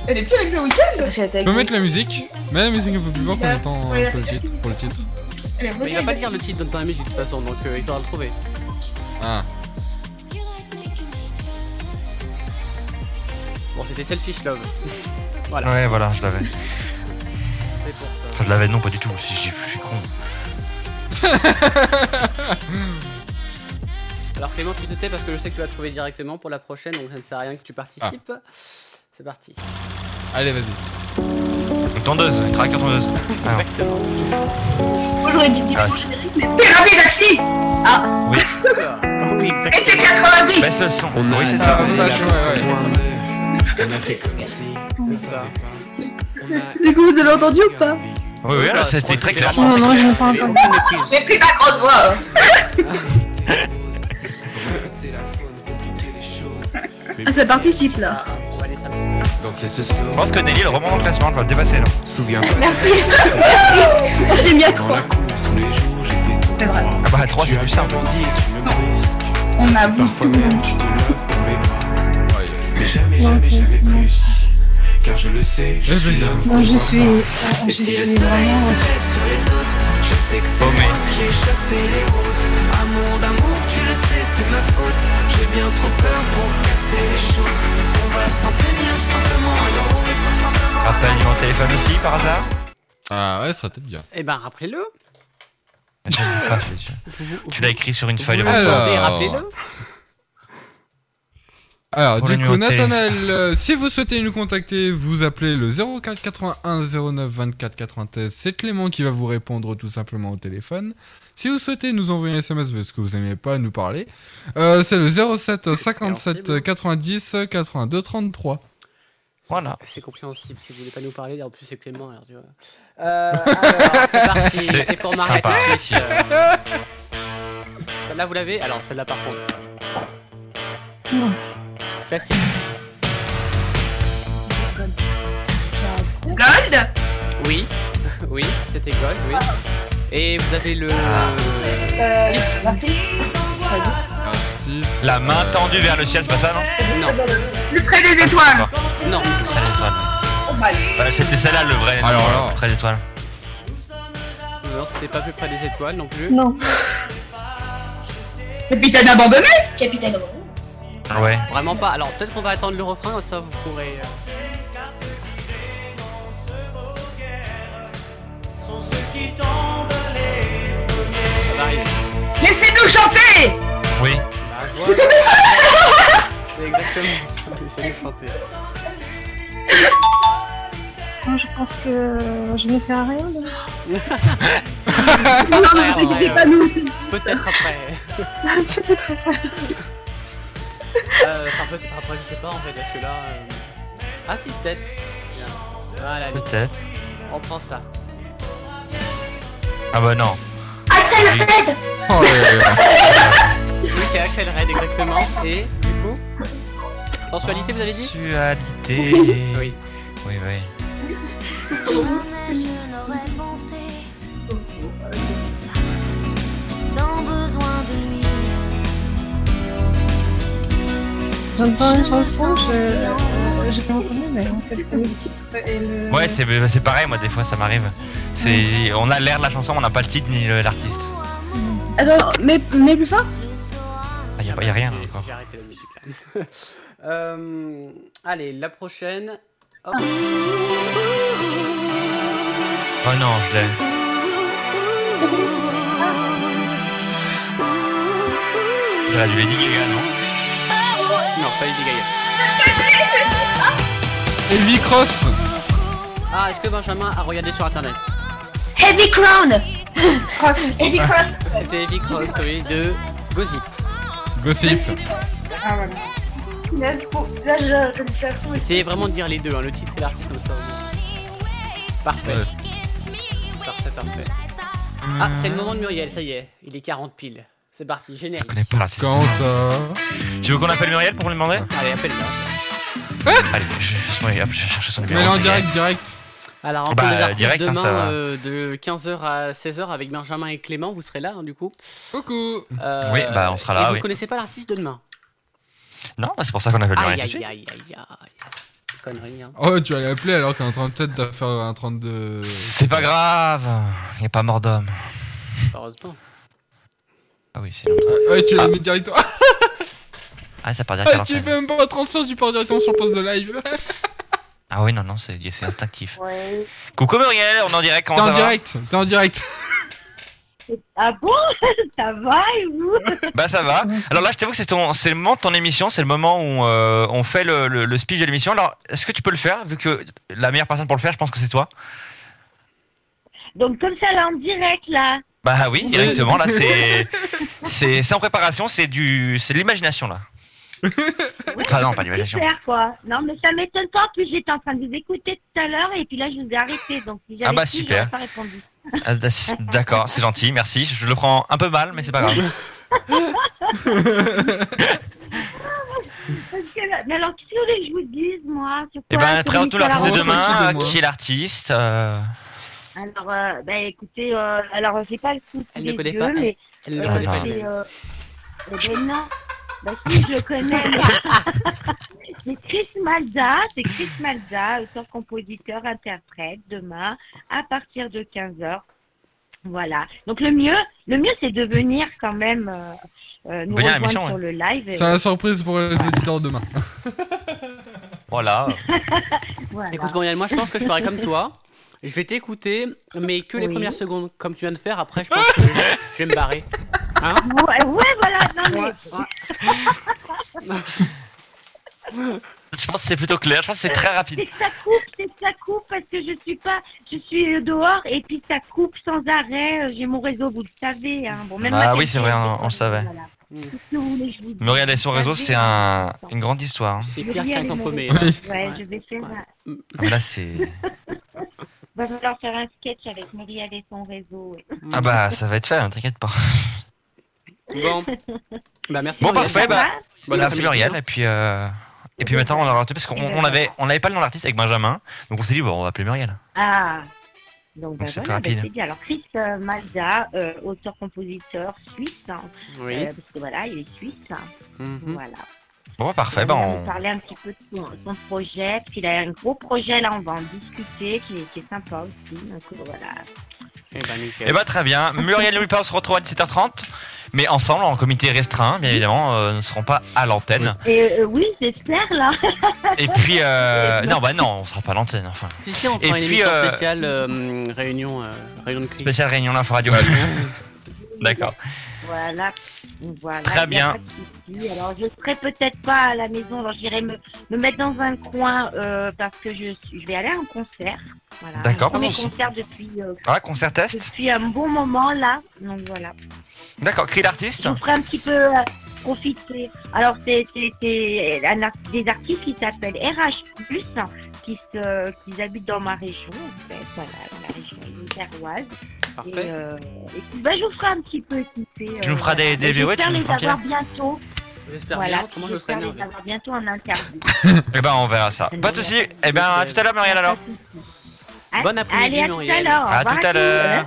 Elle est plus avec le week-end
Tu peux mettre la musique Mets la musique un peu plus fort qu'on entend euh, pour le titre. Pour le titre.
Elle est
Mais il
revenue
va pas
avec
dire le titre dans la musique de toute façon, donc euh, il faudra le trouver.
Ah.
Bon, c'était Selfish Love. Voilà.
Ouais, voilà, je l'avais.
C'est pour ça.
Enfin, je l'avais, non, pas du tout. Si je dis- je suis con.
Alors Clément, tu te tais parce que je sais que tu vas trouver directement pour la prochaine, donc ça ne sert à rien que tu participes. C'est parti.
Allez, vas-y.
Une tondeuse, une traque en tondeuse. Ah, non.
Moi j'aurais dit des
Ah,
mots
si.
génériques, mais
Thérapie taxi
Oh oui, exactement.
était 90
Baisse le son.
On a
Oui, c'est
été
Ah, ça.
dans
ouais,
la
ouais.
tente, On a fait comme si on ne savait pas.
du coup vous avez entendu ou pas
Oui, oui, alors, c'était très clair.
Non, non, je n'ai pas entendu.
J'ai pris ma grosse voix hein.
C'est la faune, compliquer les choses. Mais
Ah ça participe là.
On va aller ça.
danser ce
Je
slow,
pense que Nelly, le roman dans le classement, elle va le dépasser là.
souviens-toi.
Merci. J'ai mis à
Dans la
3.
cour, tous les jours, j'étais ton
C'est vrai.
Ah bah, 3,
Tu
c'est
as
plus simple.
grandi et tu me brusques.
On a vu
Parfois même, tu te laves dans mes bras.
Ouais,
Mais jamais,
Non,
jamais,
c'est-
jamais
c'est
plus. Car je le sais, je
Eh
suis
ben,
l'homme.
Non, je suis, euh, je
Et si le
suis
soleil se
vraiment.
lève sur les autres, je sais que c'est
Oh, mais-
moi qui ai chassé les roses. Amour d'amour, tu le sais, c'est ma faute. J'ai bien trop peur pour casser les choses. On va s'en tenir simplement, alors on est pas
Rappelle numéro de téléphone aussi par hasard
Ah ouais, ça serait peut-être bien.
Eh ben, rappelez-le.
Je l'ai pas, celui-là. Tu l'as écrit sur une feuille de
Vous
papier.
l'entendez,
Alors.
Rappelez-le.
Alors,
Pour
du
le
coup,
numéro de
Nathanaël, euh, si vous souhaitez nous contacter, vous appelez le 04 81 09 24 93. C'est Clément qui va vous répondre tout simplement au téléphone. Si vous souhaitez nous envoyer un SMS parce que vous n'aimez pas nous parler, euh, c'est le 07
Compréhensible.
57 90 82 33.
Voilà.
C'est compréhensible si vous voulez pas nous parler. En plus, c'est Clément, alors tu vois. Euh, alors, c'est parti.
C'est
C'est pour Marie.
sympa.
Celle-là, vous l'avez Alors, celle-là, par contre.
Non.
Classique.
Gold
Oui. Oui, c'était Gold, oui. Et vous avez le.
Ah.
Euh, l'artiste.
Artiste,
La main
euh,
tendue vers le ciel, c'est pas ça, non
Non,
Plus près des
Ah, c'est
étoiles
pas. non. Près des étoiles. Voilà, C'était celle-là le vrai.
Alors là.
Près des étoiles.
non, c'était pas plus près des étoiles non plus.
Non.
Capitaine abandonné
Capitaine Roux.
Ouais.
Vraiment pas. Alors, peut-être qu'on va attendre le refrain, ça vous pourrez. euh, Ça va arriver.
Laissez-nous chanter
Oui.
Bah, voilà. C'est exactement ça. Essayez de chanter.
Non, je pense que je ne sers à rien. là.
Non,
Ouais,
mais vous
ouais,
inquiétez
ouais.
pas nous.
Peut-être après. Euh, Enfin, peut-être après, je sais pas en fait, parce que là. euh, Ah, si, peut-être. Bien. Voilà, allez,
Peut-être.
on prend ça.
Ah bah non.
Axel
Oui.
Red
Oh, ouais, ouais, ouais.
Oui, c'est Axel Red, exactement. Et du coup. Sensualité, vous avez dit
Sensualité.
Oui.
Oui, oui.
Jamais je n'aurais pensé Tant besoin de lui
J'entends une chanson, je, euh, je la reconnais, mais en fait, euh, le titre et le.
Ouais, c'est euh, c'est pareil, moi, des fois, ça m'arrive. C'est, on a l'air de la chanson, mais on n'a pas le titre ni le- l'artiste.
Attends, mais, mais plus fort
Ah, y a, pas- y a rien, là,
J'ai-
encore.
J'ai arrêté la musique là. Euh, allez, la prochaine. Hop.
Oh non, je l'ai. J'aurais dû Lady Gaga, non
Non, pas Lady Gaga.
Evie Cross
Ah, est-ce que Benjamin a regardé sur internet
Heavy Crown Cross, Heavy Cross
C'était Heavy Cross, oui, de Gossip.
Gossip.
Ah voilà. Là, je, là, je, je me fais à fond.
Essayez vraiment de dire les deux, hein, le titre et l'artiste comme ça. Parfait.
Ouais.
Parfait, parfait.
Mm.
Ah, c'est le moment de Muriel, ça y est, il est 40 piles. C'est parti, générique.
Je connais pas l'artiste.
Quand ça
Tu veux qu'on appelle Muriel pour lui demander
Allez, appelle-la.
Allez, je, je- je- je- je cherche son numéro.
Mais là en
c'est-
direct, direct.
Alors, on
Bah,
peut les artistes
direct, hein,
demain
ça va.
euh, de 15h à 16h avec Benjamin et Clément, vous serez là hein, du coup.
Coucou.
Euh,
Oui, bah, on sera là,
Et vous
oui.
connaissez pas l'artiste de demain
Non, c'est pour ça qu'on appelle Muriel
Aïe,
tout de suite.
aïe, aïe, aïe, aïe, aïe. Connerie, hein.
Oh, tu allais appeler alors qu'en 37 de faire un 32.
C'est pas grave, il n'y a pas mort d'homme.
Heureusement.
Ah oui, c'est l'autre.
Ouais, tu l'as
Ah.
mis directement. Ah,
Ah, ça part direct à
tu
l'antenne.
fais même pas un transfert, tu pars directement sur le poste de live.
Ah oui, non, non, c'est c'est instinctif. Coucou Muriel, on est en direct,
T'es
comment ça
en direct, t'es en direct.
Ah bon Ça va et vous
va Bah ça va. Alors là, je t'avoue que c'est ton- c'est le moment de ton émission, c'est le moment où euh, on fait le, le- le speech de l'émission. Alors, est-ce que tu peux le faire, vu que la meilleure personne pour le faire, je pense que c'est toi
Donc comme ça là en direct là.
Bah oui, directement, là, c'est c'est c'est en préparation, c'est du c'est de l'imagination, là. Ah non, pas l'imagination.
Super quoi. Non mais ça m'étonne pas, en plus j'étais en train de vous écouter tout à l'heure et puis là je vous ai arrêté donc si j'avais
Ah bah,
su,
super.
j'aurais pas répondu.
Ah, d'ac- D'accord, c'est gentil, merci. Je le prends un peu mal, mais c'est pas grave.
Parce que là- Mais alors qu'est-ce que vous voulez que je vous dise moi sur
Eh
quoi,
ben,
sur
présente-nous
Nicolas
l'artiste de
Rousseau, qui est
demain,
de moi.
qui est l'artiste. euh,
Alors, euh, bah, écoutez, euh, alors j'ai pas le coup
Elle
des
ne connaît
yeux,
pas, elle-
mais
Elle
euh,
ne
Ah,
connaît pas.
non.
c'est, euh, eh ben non, bah si je le connais. mais- c'est Chris Malda, c'est Chris Malda, auteur, compositeur, interprète, demain à partir de 15 h Voilà. Donc le mieux, le mieux, c'est de venir quand même euh, euh, nous
Venir à
rejoindre
l'émission,
sur le live. et-
C'est la surprise pour les auditeurs demain.
Voilà.
voilà.
Écoute, Muriel, moi je pense que je ferai comme toi. Je vais t'écouter, mais que les
Oui.
premières secondes, comme tu viens de faire. Après, je pense que je vais me barrer. Hein
Ouais, ouais, voilà. Non mais
Je pense que c'est plutôt clair, je pense que c'est très rapide.
C'est que ça coupe, c'est que ça coupe parce que je suis pas, je suis euh, dehors et puis ça coupe sans arrêt. euh, J'ai mon réseau, vous le savez. Hein. Bon, même
Ah
ma
oui, c'est vrai,
téléphone,
on- on le savait.
voilà.
Mm.
Qu'est-ce que vous voulez que je vous dise
Muriel et son
Vous
réseau,
savez,
c'est un, une grande histoire. hein.
C'est
Je
pire
vais y
qu'un
aller,
compromis.
Muriel.
Oui.
Ouais,
Ouais.
je vais faire.
Ouais.
un-
Ah, mais là, c'est.
Va falloir faire un sketch avec Muriel et son réseau. ouais.
Ah bah, ça va être fait, hein, t'inquiette pas.
Bon. Bah, merci.
Bon,
Muriel.
parfait, bah,
Bon
merci
après-midi,
Muriel,
hein.
et puis. euh, Et puis maintenant, on a raté parce qu'on on avait, on avait pas le nom de l'artiste avec Benjamin, donc on s'est dit, bon, on va appeler Muriel.
Ah. Donc, bah,
c'est
voilà,
plus
bah,
rapide.
c'est bien. Alors Chris euh, Malda, euh, auteur-compositeur suisse, hein,
Oui.
euh, parce que voilà, il est suisse. hein,
Mhm.
Voilà.
Bon, bah, parfait, bah,
On va
on...
nous parler un petit peu de son, son projet, parce qu'il a un gros projet là, on va en discuter, qui est, qui est sympa aussi. Donc voilà.
Eh bah, nickel.
Eh bah, très bien. Muriel et Louis Paul se retrouvent à 17h30, mais ensemble, en comité restreint, bien évidemment, euh, ne seront pas à l'antenne.
Et euh, oui, j'espère là.
Et puis, euh... non, bah non, on sera pas à l'antenne, enfin.
Si, si, on
Et
fera une
puis,
émission
euh,
spéciale euh, hum, réunion, euh, réunion de crise.
Spéciale réunion l'info-radio. D'accord.
Voilà. voilà.
Très
Ah, Il y a
bien.
pas de souci. Alors je serai peut-être pas à la maison, alors j'irai me, me mettre dans un coin euh, parce que je, suis- je vais aller à un concert. Voilà.
D'accord,
Je prends
bon,
mes
c'est-
concerts depuis, euh,
Ah, concert test
depuis un bon moment là. Donc voilà.
D'accord, cri d'artiste
Je vous ferai un petit peu euh, profiter. Alors, c'est c'est- c'est un ar- des artistes qui s'appellent RH, hein, qui, se, qui habitent dans ma région, en fait, voilà, dans la région lutéroise. Et,
Parfait.
euh, et puis, bah, je vous ferai un petit peu écouter.
Tu nous feras des-
voilà.
des
Mais
vidéos, tu
J'espère
nous
les
feras
avoir bientôt.
J'espère
Voilà,
bien. Comment je serai
j'espère les
énervé.
avoir bientôt en interview.
Eh ben, on verra ça. Pas de soucis. Eh ben, à tout à l'heure, Muriel, alors.
Ah,
Bon après-midi,
Allez, à tout à
Muriel.
l'heure. Au
À
revoir
tout à l'heure.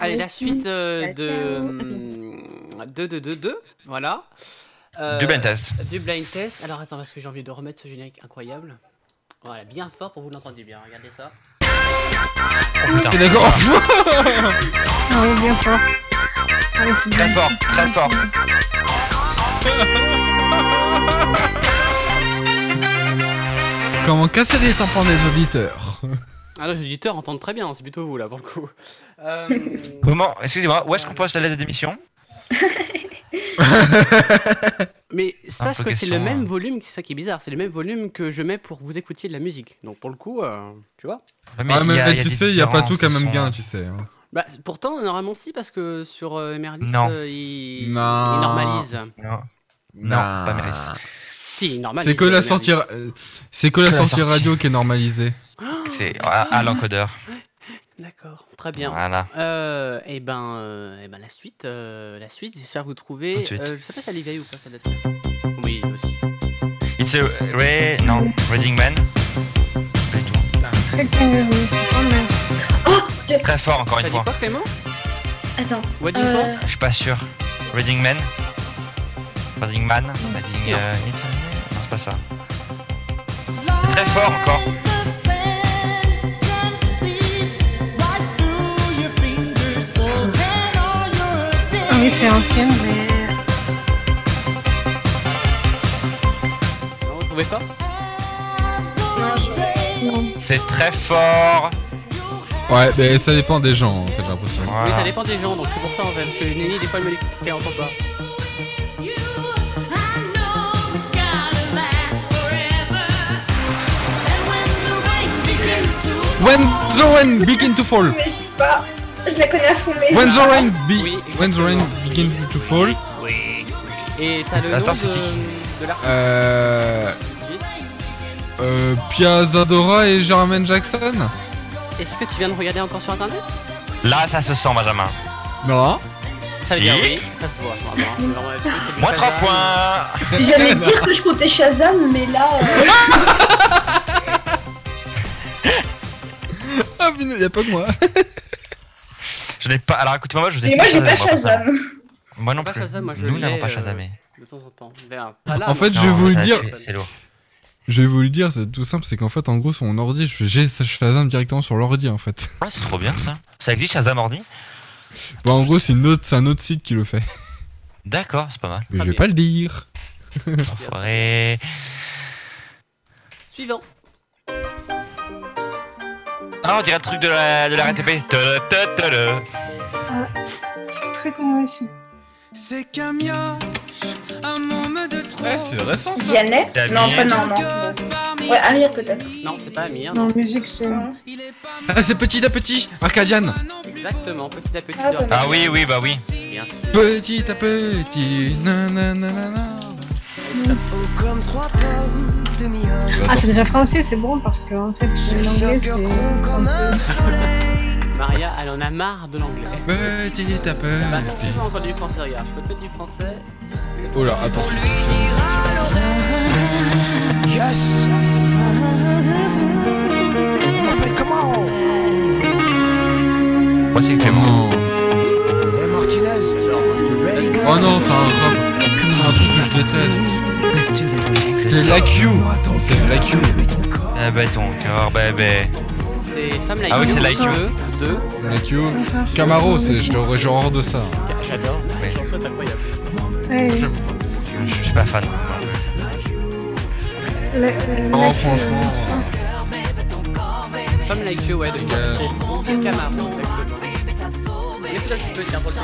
Allez, la
Merci.
suite euh, de.
Ciao.
hum, 2 2 2 2. Voilà. Euh,
Du Bentes.
Du blind test. Alors attends, parce que j'ai envie de remettre ce générique incroyable. Voilà, bien fort pour que vous l'entendez bien. Regardez ça.
Oh, putain.
T'es d'accord
Ah oui, bien fort. Allez, c'est
Très
bien.
fort, très fort.
Comment casser les tampons des auditeurs
Ah non, les auditeurs entendent très bien, c'est plutôt vous là pour le coup. Euh,
Comment Excusez-moi, où est-ce qu'on poste la lettre d'émission
Mais sache que c'est
question,
le même
euh.
volume, c'est ça qui est bizarre, c'est le même volume que je mets pour vous écoutiez de la musique. Donc pour le coup, euh, tu vois.
Ouais,
Ah, mais
il y a- il y a
tu
des
sais, il n'y a pas tout
différences,
qu'à même
elles
gain,
sont-
tu sais. hein.
Bah, pourtant, normalement, si, parce que sur euh, Merlis,
Non.
euh, il...
Non.
il normalise.
Non, Non,
Nah.
pas Malice.
Si, il normalise.
C'est que la
Merlis.
sortie, ra- euh, c'est que la
Que la
sortie
sortie.
radio qui est normalisée.
C'est à, à l'encodeur.
D'accord, très bien.
Voilà.
Euh, et ben, euh, eh ben la suite, euh, la suite. J'espère vous
Tout
trouver.
de suite.
Euh, je sais pas si elle est vieille ou pas ça date. Oui, aussi.
It's a Ray, non, Reading Man. Pas du tout.
Très connu, oui, c'est pas mal.
Très fort encore
T'as
une
dit
fois.
quoi, Clément
Attends.
What do you think
Euh,
Je suis pas sûr. Reading Man. Reading Man. Reading.
Non.
euh, It's a- Non, c'est pas ça. C'est très fort encore.
Ah oui, c'est ancien, mais.
Non, vous trouvez pas
C'est très fort.
Ouais, mais ça dépend des gens, en fait, j'ai l'impression.
Oui, ça
Voilà.
dépend des gens, donc c'est pour ça en fait. Parce que Nelly, des fois, elle me l'écoute, elle entend pas.
When the rain begin to fall.
Mais je sais pas. Je la connais à fond, mais.
When the rain be-
Oui,
when the rain begin to fall.
Oui. Et t'as le
Attends,
nom
c'est
de, de l'artiste
Euh, euh, Pia Zadora et Jermaine Jackson.
Est-ce que tu viens de regarder encore sur internet
Là, ça se sent, Benjamin.
Non.
Ça veut
Si.
dire oui, ça se voit. vraiment, hein. Vraiment, elle fait du euh,
Moins 3
Shazam.
points.
J'allais dire que je comptais Shazam, mais là. euh,
Ah punaise, y a pas que moi.
Je n'ai pas. Alors écoutez-moi, moi je n'ai
Mais moi, j'ai pas
Shazam.
Shazam.
Moi non
Pas
plus.
Shazam, moi, je
Nous n'avons
l'ai,
pas
euh,
Shazamé.
De temps en temps. Ben, pas là,
En
moi.
fait, Je vais vous le
ça,
dire.
c'est- C'est lourd.
Je vais vous le dire, c'est tout simple, c'est qu'en fait, en gros, sur mon ordi, je fais j'ai ça, je fais Shazam directement sur l'ordi, en fait.
Ah, c'est trop bien ça. Ça existe Shazam ordi
Bah, en gros, c'est une autre, c'est un autre site qui le fait.
D'accord, c'est pas mal.
Mais
Très
je vais
bien.
pas le dire.
Enfoiré.
Suivant.
Ah, on dirait le truc de la, de la RATP. Ta- ta- ta- ta.
C'est très connu aussi.
C'est Camioche, un môme de trop.
récent
Vianney
T'as
Non,
mis-
pas non, non. Ouais, Amir peut-être.
Non, c'est pas Amir.
Non, musique, c'est.
Ah, c'est petit à petit, Arcadian.
Exactement, petit à petit.
Ah,
de-
Ah oui, oui, bah oui.
Bien sûr.
Petit à petit, nananana.
comme trois pommes demi
Ah, c'est déjà français, c'est bon parce que en fait, l'anglais, c'est.
comme un soleil.
Maria, elle en a marre de l'anglais.
Petit à
Bah, ça, c'est
petit.
pas encore du français, regarde. Je peux te mettre du français.
Oh là, attends.
On lui dira à l'oreille. Yes. M'appelle comment
Moi, c'est
Oh
Clément.
non.
Eh, Martinez.
Alors,
Ready, go.
Oh non, c'est un rap. C'est un truc que je déteste. C'est la Q. C'est de la Q.
Ah bah ton corps, bébé.
c'est Femme Like
Ah oui,
You,
c'est Like You.
deux, deux.
La Q. Camaro, c'est, je l'aurais genre hors de ça.
J'adore.
Ouais.
J'en souhaite incroyable.
Ouais,
Je je suis pas fan.
la- euh,
Non,
la-
franchement.
Femme Like You, ouais, de
Euh.
Don Camaro, exactement. Mais peut-être que tu peux tiens, pour les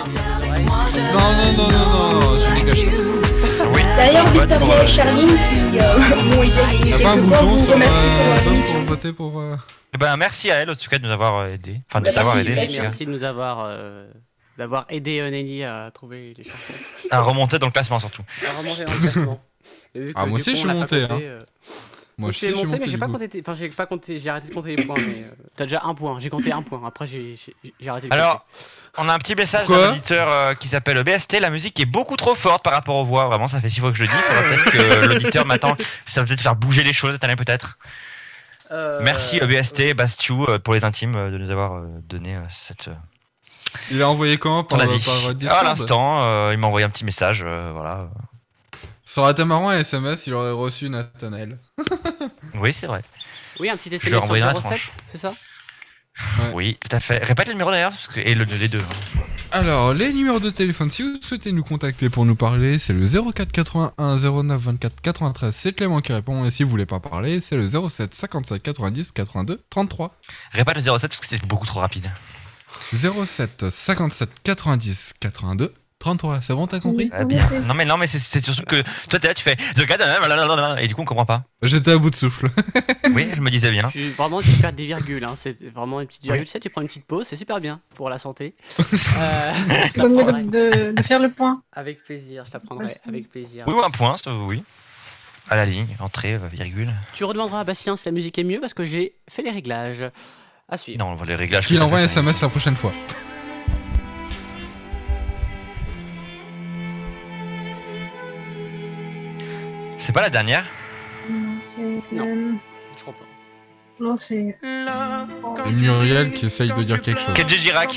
oreilles.
euh, Non, non, non, non, non, tu dégages ça.
Oui.
D'ailleurs,
je vote pour,
Victoria
euh,
et Charline qui euh, m'ont aidé à
Y'a
quelques
pas un
fois,
bouton
vous
sur
remercie
euh,
pour
Dom
l'émission.
pour voter pour. euh,
Eh ben, merci à elle, en tout cas, de nous avoir euh, aidés. Enfin, de
Bah,
t'avoir aidé,
participation.
en
Merci,
tout cas.
merci de nous avoir. euh, D'avoir aidé euh, Nelly à trouver les chansons.
hein. À remonter dans le classement, surtout.
À remonter dans le classement. Et vu que,
Ah, moi
du
aussi,
coup,
je
on l'a
suis
pas
monté,
compté, euh,
Moi,
je suis monté, mais
du
j'ai pas
coup.
compté. tes- Enfin, j'ai pas compté. J'ai arrêté de compter les points. Mais euh, t'as déjà un point. J'ai compté un point. Après, j'ai j'ai- j'ai arrêté. de
Alors, on a un petit message
Quoi
d'un auditeur euh, qui s'appelle BST. La musique est beaucoup trop forte par rapport aux voix. Vraiment, ça fait six fois que je le dis. Faudrait peut-être que l'auditeur m'attend. Ça va peut-être faire bouger les choses cette année, peut-être.
compter. Euh,
Merci euh, BST, Bastiou, euh, pour les intimes, euh, de nous avoir euh, donné euh, cette, euh,
Il a envoyé quand
ton
par,
avis.
par Discord
à Ah, l'instant, euh, il m'a envoyé un petit message. euh, voilà.
Ça aurait été marrant un SMS, il aurait reçu Nathanael.
Oui, c'est vrai.
Oui, un petit
Je
essai
vais
sur
renvoyer dans la
07,
tranche.
c'est ça
Oui, tout à fait. Répète le numéro d'ailleurs, parce que- et le des deux. hein.
Alors, les numéros de téléphone, si vous souhaitez nous contacter pour nous parler, c'est le 04 81 09 24 93. C'est Clément qui répond. Et si vous voulez pas parler, c'est le 07 55 90 82 33.
Répète le 07, parce que c'était beaucoup trop rapide.
07 57 90 82 33, c'est bon, t'as compris
Ah, bien. Non mais non mais c'est- c'est surtout que toi t'es là tu fais The God, euh, blablabla et du coup on comprend pas.
J'étais à bout de souffle.
Ah, Oui je me disais bien.
Je suis vraiment tu perds des virgules, hein. c'est vraiment une petite virgule. Tu sais, tu prends une petite pause, c'est super bien pour la santé. Euh, je
Vaut mieux
t'apprendrai.
de, de, de faire le point.
Avec plaisir, je t'apprendrai avec plaisir.
Oui ou un point, c'est- oui. À la ligne, entrée, euh, virgule.
Tu redemanderas à Bastien si la musique est mieux parce que j'ai fait les réglages. À suivre.
Non, on voit les réglages.
Qu'il
que t'as
envoie un
fait, ça-
SMS la prochaine fois.
C'est pas la dernière
Non, c'est.
Non.
euh,
Je comprends.
non, c'est.
Et Muriel qui essaye de dire quelque chose.
KJ Girac.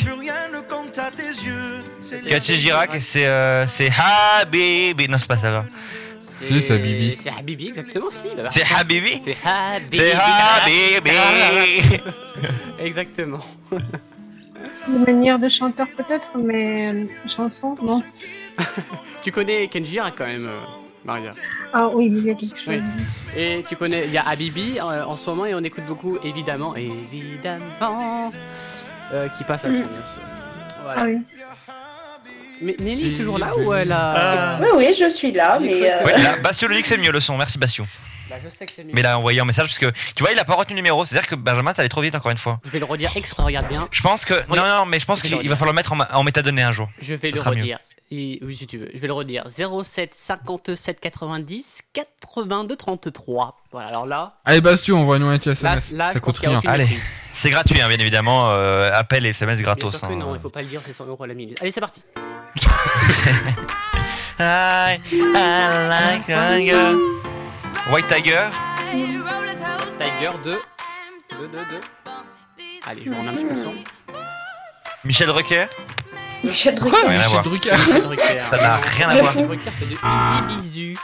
KJ Girac et c'est euh, c'est Habibi. Non, c'est pas ça. va.
Si, c'est Habibi.
C'est Habibi, exactement, si. bah, bah.
C'est Habibi
C'est Habibi.
C'est Habibi
Exactement.
Une manière de chanteur peut-être, mais euh, chanson, non.
Tu connais Kenjira quand même, euh, Maria.
Ah oui, il y a quelque chose.
Oui. Et tu connais, il y a Habibi euh, en ce moment et on écoute beaucoup, évidemment, évidemment, euh, qui passe à la fin, bien sûr. Voilà.
Mm. Ah oui.
Mais Nelly est toujours là ou euh, elle a.
Ah.
Oui, oui, je suis là, mais. euh,
Oui, là, Bastio le dit que c'est mieux le son, merci Bastio.
Bah, je sais que c'est mieux.
Mais il a envoyé un message parce que tu vois, il a pas retenu le numéro, c'est-à-dire que Benjamin, t'allais trop vite encore une fois.
Je vais le redire exprès, regarde bien.
Je pense que.
Oui.
Non, non, mais je pense
Ok,
qu'il
on y
il va
va.
falloir le mettre en, ma- en métadonnées un jour.
Je vais
Ce
le
sera mieux.
redire. Il- Oui, si tu veux. Je vais le redire. 07 57 90 82 33. Voilà, alors là,
Allez, Bastion, envoie-nous un petit
là,
SMS.
là
ça
je
coûte
pense qu'il y a
rien.
aucune
Allez,
prise.
C'est gratuit, hein, bien évidemment. euh, appel et SMS
Bien
gratos.
sûr que
hein.
non, il faut pas le dire, c'est 100 euros la minute. Allez, c'est parti.
I, I like tiger. White Tiger.
Tiger 2. 2, 2, 2. Allez, je vous remets un petit peu le son.
Michel Rucker.
Michel Drucker.
Pourquoi
Rien à
Michel
voir.
Drucker
Michel Drucker.
Ça n'a rien à voir.
Michel Drucker, c'est du easy bisu.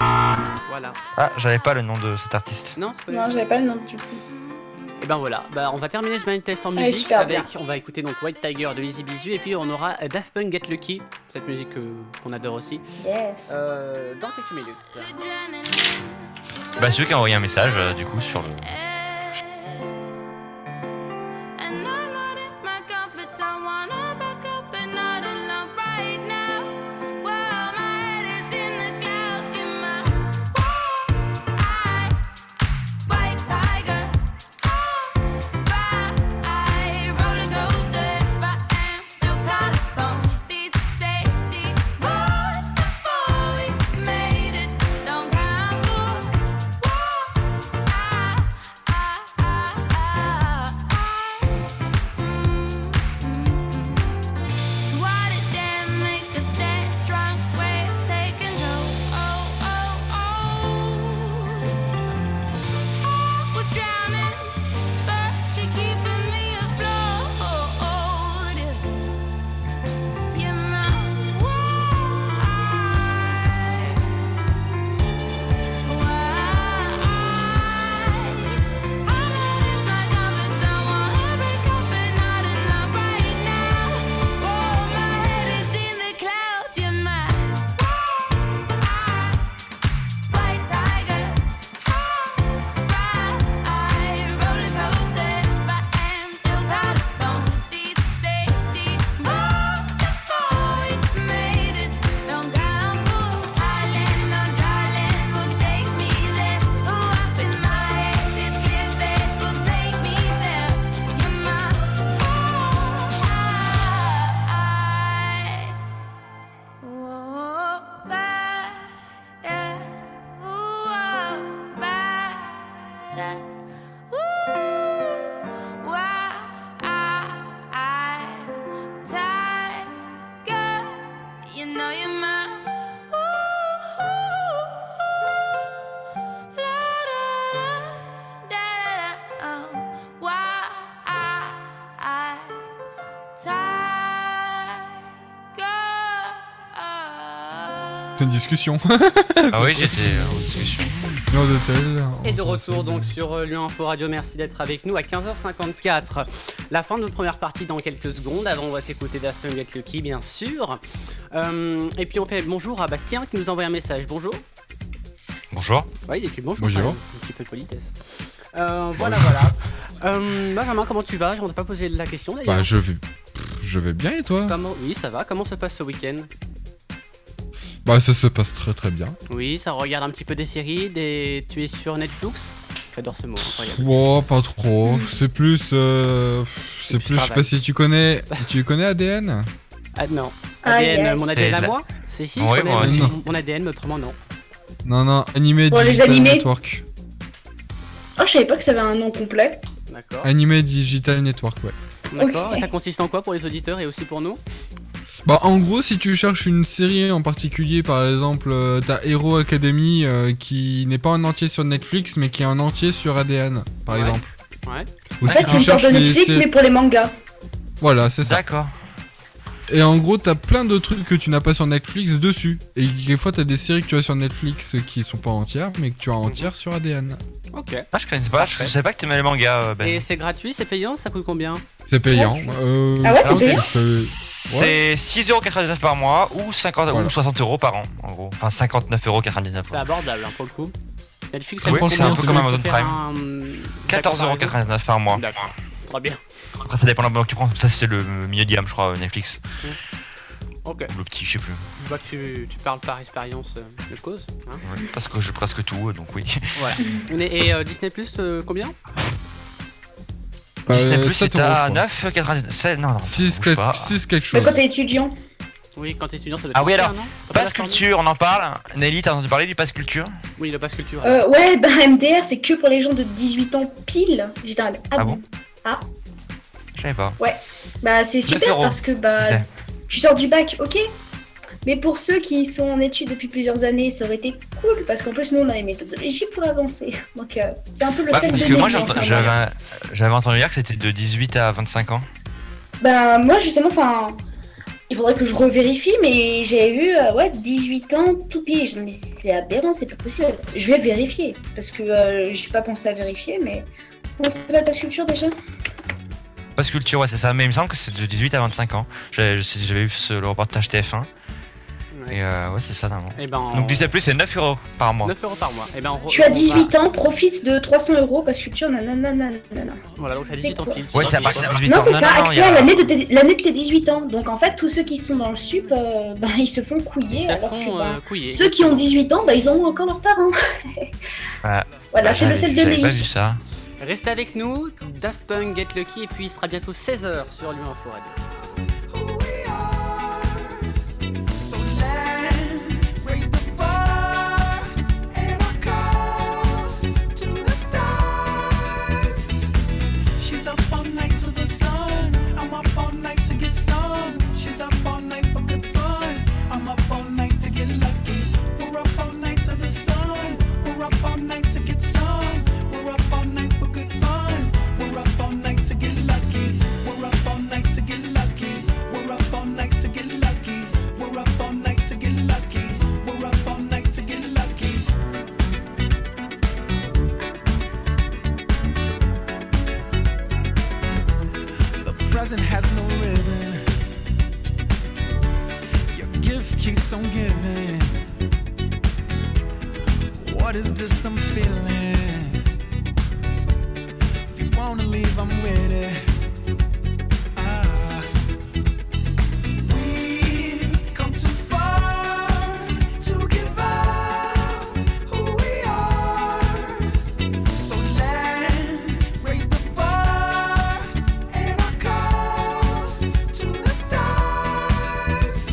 Voilà.
Ah, j'avais pas le nom de cet artiste.
Non, c'est pas
Non,
lui.
j'avais pas le nom du coup.
Et ben voilà, bah, on va terminer ce blind test en
Allez,
musique.
super
avec, on va écouter donc White Tiger de Easy Bisu et puis on aura euh, Daft Punk Get Lucky, cette musique que- qu'on adore aussi,
Yes.
euh, dans quelques minutes.
Bah, celui qui a envoyé un message, euh, du coup, sur le.
And I'm not in my comfort zone. Wanna back up and not alone right now. Well, my head is in the clouds in my eye. White tiger. I roller coaster, but I'm still caught up these safety bars. Before we made it, don't cry why did that make us stand drunk? Waves taking hold. Oh, oh, oh. I was drowning, but you're keeping me afloat. You're my why, why? Don't Tiger you know you're mine. Ooh, la da da da da. Um, why tiger?
C'est une discussion.
Ah oui, j'étais en discussion.
Non, de tel.
Et de retour donc sur euh, Lyon Info Radio, merci d'être avec nous à 15h54. La fin de notre première partie dans quelques secondes. Avant, on va s'écouter Daft Punk Get Lucky, bien sûr. Euh, et puis on fait bonjour à Bastien qui nous envoie un message. Bonjour.
Bonjour.
Oui, il dit bonjour.
Bonjour.
quand même. Un petit peu de politesse. Euh, voilà, voilà. Euh, Benjamin, comment tu vas On t'a pas posé la question d'ailleurs.
Bah, je vais. Pff, Je vais bien et toi
Comment... Oui, ça va. Comment se passe ce week-end
Bah, ça se passe très très bien.
Oui, ça regarde un petit peu des séries, des... tu es sur Netflix J'adore ce mot, incroyable.
Bon, pas trop. C'est plus. euh, C'est
Mm. plus
plus, je sais pas
travail.
si tu connais. Tu connais ADN
Ah non,
Ah,
ADN,
yes.
euh, mon ADN à
C'est la-
moi C'est si,
Oui,
je connais
moi
aussi.
mon- mon ADN, mais autrement non.
Non, non, animé
Pour les
Digital
animés.
Network.
Oh, je savais pas que ça avait un nom complet.
D'accord.
Animé Digital Network, ouais.
D'accord, et ça consiste en quoi pour les auditeurs et aussi pour nous
Bah, en gros, si tu cherches une série en particulier, par exemple, euh, t'as Hero Academy euh, qui n'est pas en entier sur Netflix, mais qui est en entier sur ADN, par
Ouais.
exemple.
Ouais.
Ou
En fait, c'est une sorte de
les
Netflix,
sé-
mais pour les mangas.
Voilà, c'est ça.
D'accord.
Et en gros, t'as plein de trucs que tu n'as pas sur Netflix dessus. Et quelquefois, t'as des séries que tu as sur Netflix qui sont pas entières, mais que tu as
Mhm.
entières sur ADN.
Ok.
Ah, je connaissais pas. Je
Parfait.
savais pas que t'aimais les mangas, euh, Ben.
Et c'est gratuit, c'est payant, ça coûte combien
C'est payant. euh,
Ah ouais,
je pense
c'est
que
payant
c'est-
C'est 6,99€ par mois ou 50
Voilà.
ou 60 euros par an, en gros. Enfin, 59,99€.
C'est abordable hein, pour le coup. Netflix,
Oui, c'est un peu comme
Amazon
Prime.
14,99€ par mois.
D'accord. Très bien.
Après, ça dépend de l'abonnement que tu prends. Ça, c'est le milieu de gamme, je crois, euh, Netflix.
Ok,
Ou le petit, je sais plus.
je vois que tu, tu parles par expérience euh, de cause. hein.
Ouais, Parce que je presque tout, euh, donc oui.
Voilà. On est- et euh, Disney Plus, euh, combien
Euh,
Disney Plus,
sept
c'est
euros,
à
je crois.
9,99€. Non, non.
6
bouge pas.
quelque
Mais
chose.
quand t'es étudiant,
Oui, quand t'es étudiant, ça doit
Ah oui,
cher,
alors,
non T'as pas
Pass
la formule
culture, on en parle. Nelly, t'as entendu parler du pass culture
Oui, le passe culture.
euh, ouais, bah MDR, c'est que pour les gens de 18 ans pile. J'étais un...
Ah bon Je savais pas.
Bah c'est
9
super
euros.
parce que bah
Ouais.
tu sors du bac, ok. Mais pour ceux qui sont en études depuis plusieurs années, ça aurait été cool parce qu'en plus nous on a les méthodologies pour avancer. Donc euh, c'est un peu le
Bah,
sel de
parce que moi,
l'église,
j'entends-
hein,
j'avais un- j'avais entendu dire que c'était de 18 à 25 ans.
Bah moi justement, enfin, il faudrait que je revérifie, mais j'ai eu euh, ouais 18 ans tout pige. Mais c'est aberrant, c'est pas possible. Je vais vérifier parce que euh, j'ai pas pensé à vérifier, mais comment ça s'appelle ta sculpture déjà
Pass culture, ouais, c'est ça. Mais il me semble que c'est de 18 à 25 ans. J'avais j'avais vu ce, le reportage TF1. Et euh, ouais, c'est ça, normalement.
Et ben,
Donc Disney Plus c'est 9 euros par mois.
9 euros par mois. Et ben, on re-
Tu as
on va-
18 ans, profite de 300 euros ta sculpture, nanana, nanana.
Voilà, donc ça a
C'est
18 ans
quoi
pile.
Ouais, c'est à
Donc,
partir de 18 ans.
Non, c'est ça,
il
accès
y a-
à l'année de, tes- l'année de tes 18 ans. Donc en fait, tous ceux qui sont dans le sup, euh, ben, ils se font couiller.
Ils se
alors que,
font
ben,
euh, couiller.
ceux qui ont 18 ans, ben, ils ont encore leurs parents. voilà,
Bah,
c'est le
j'avais-
set de
J'avais pas
Nelly.
vu ça.
Restez avec nous, Daft Punk, Get Lucky, et puis il sera bientôt 16h sur Lyon Info Radio.
So let's raise the bar and our calls to the stars. She's up all night to the sun. I'm up all night to get some. She's up all night for good fun. I'm up all night to get lucky. We're up all night to the sun. We're up all night to get some. We're up all night for good fun. We're up all night to get lucky. We're up all night to get lucky. We're up all night to get lucky. We're up all night to get lucky. We're up all night to get lucky. The present has no ribbon. Your gift keeps on giving. What is this I'm feeling? If you wanna leave, I'm with it. Ah. We've come too far to give up who we are. So let's raise the bar and our calls to the stars.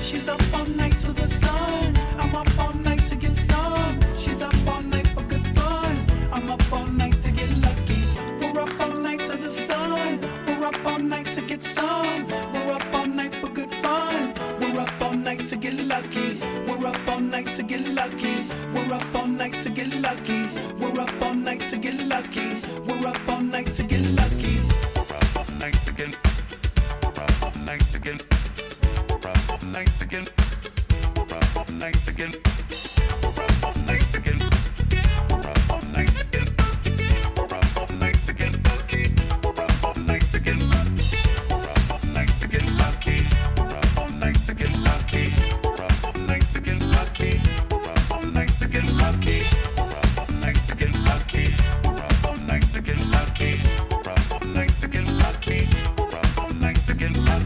She's up all night to the sun. I'm up all night to get some. She's up all night for good fun. I'm up all night to get lucky. We're up all night to the sun. We're up all night to get some. We're up all night for good fun. We're up all night to get lucky. We're up all night to get lucky. We're up all night to get lucky. We're up all night to get lucky. We're up all night to get lucky. We're up all night to get. We're up all night to get. We're up all night to get. We're up all night to get. We're up all night to get. We're up all night to get. We're up all night to get lucky. We're up all night to get lucky. We're up all night to get lucky. We're up all night to get lucky. We're up all night to get lucky. We're up all night to get lucky. We're up all night to get lucky. We're up all night to get lucky. We're up all night to get lucky. We're up all night to get lucky. We're up all night to get lucky. We're up all night to get lucky.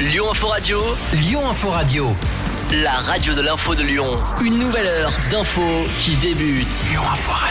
Lyon Info Radio. Lyon Info Radio. La radio de l'info de Lyon. Une nouvelle heure d'info qui débute. Lyon Info Radio.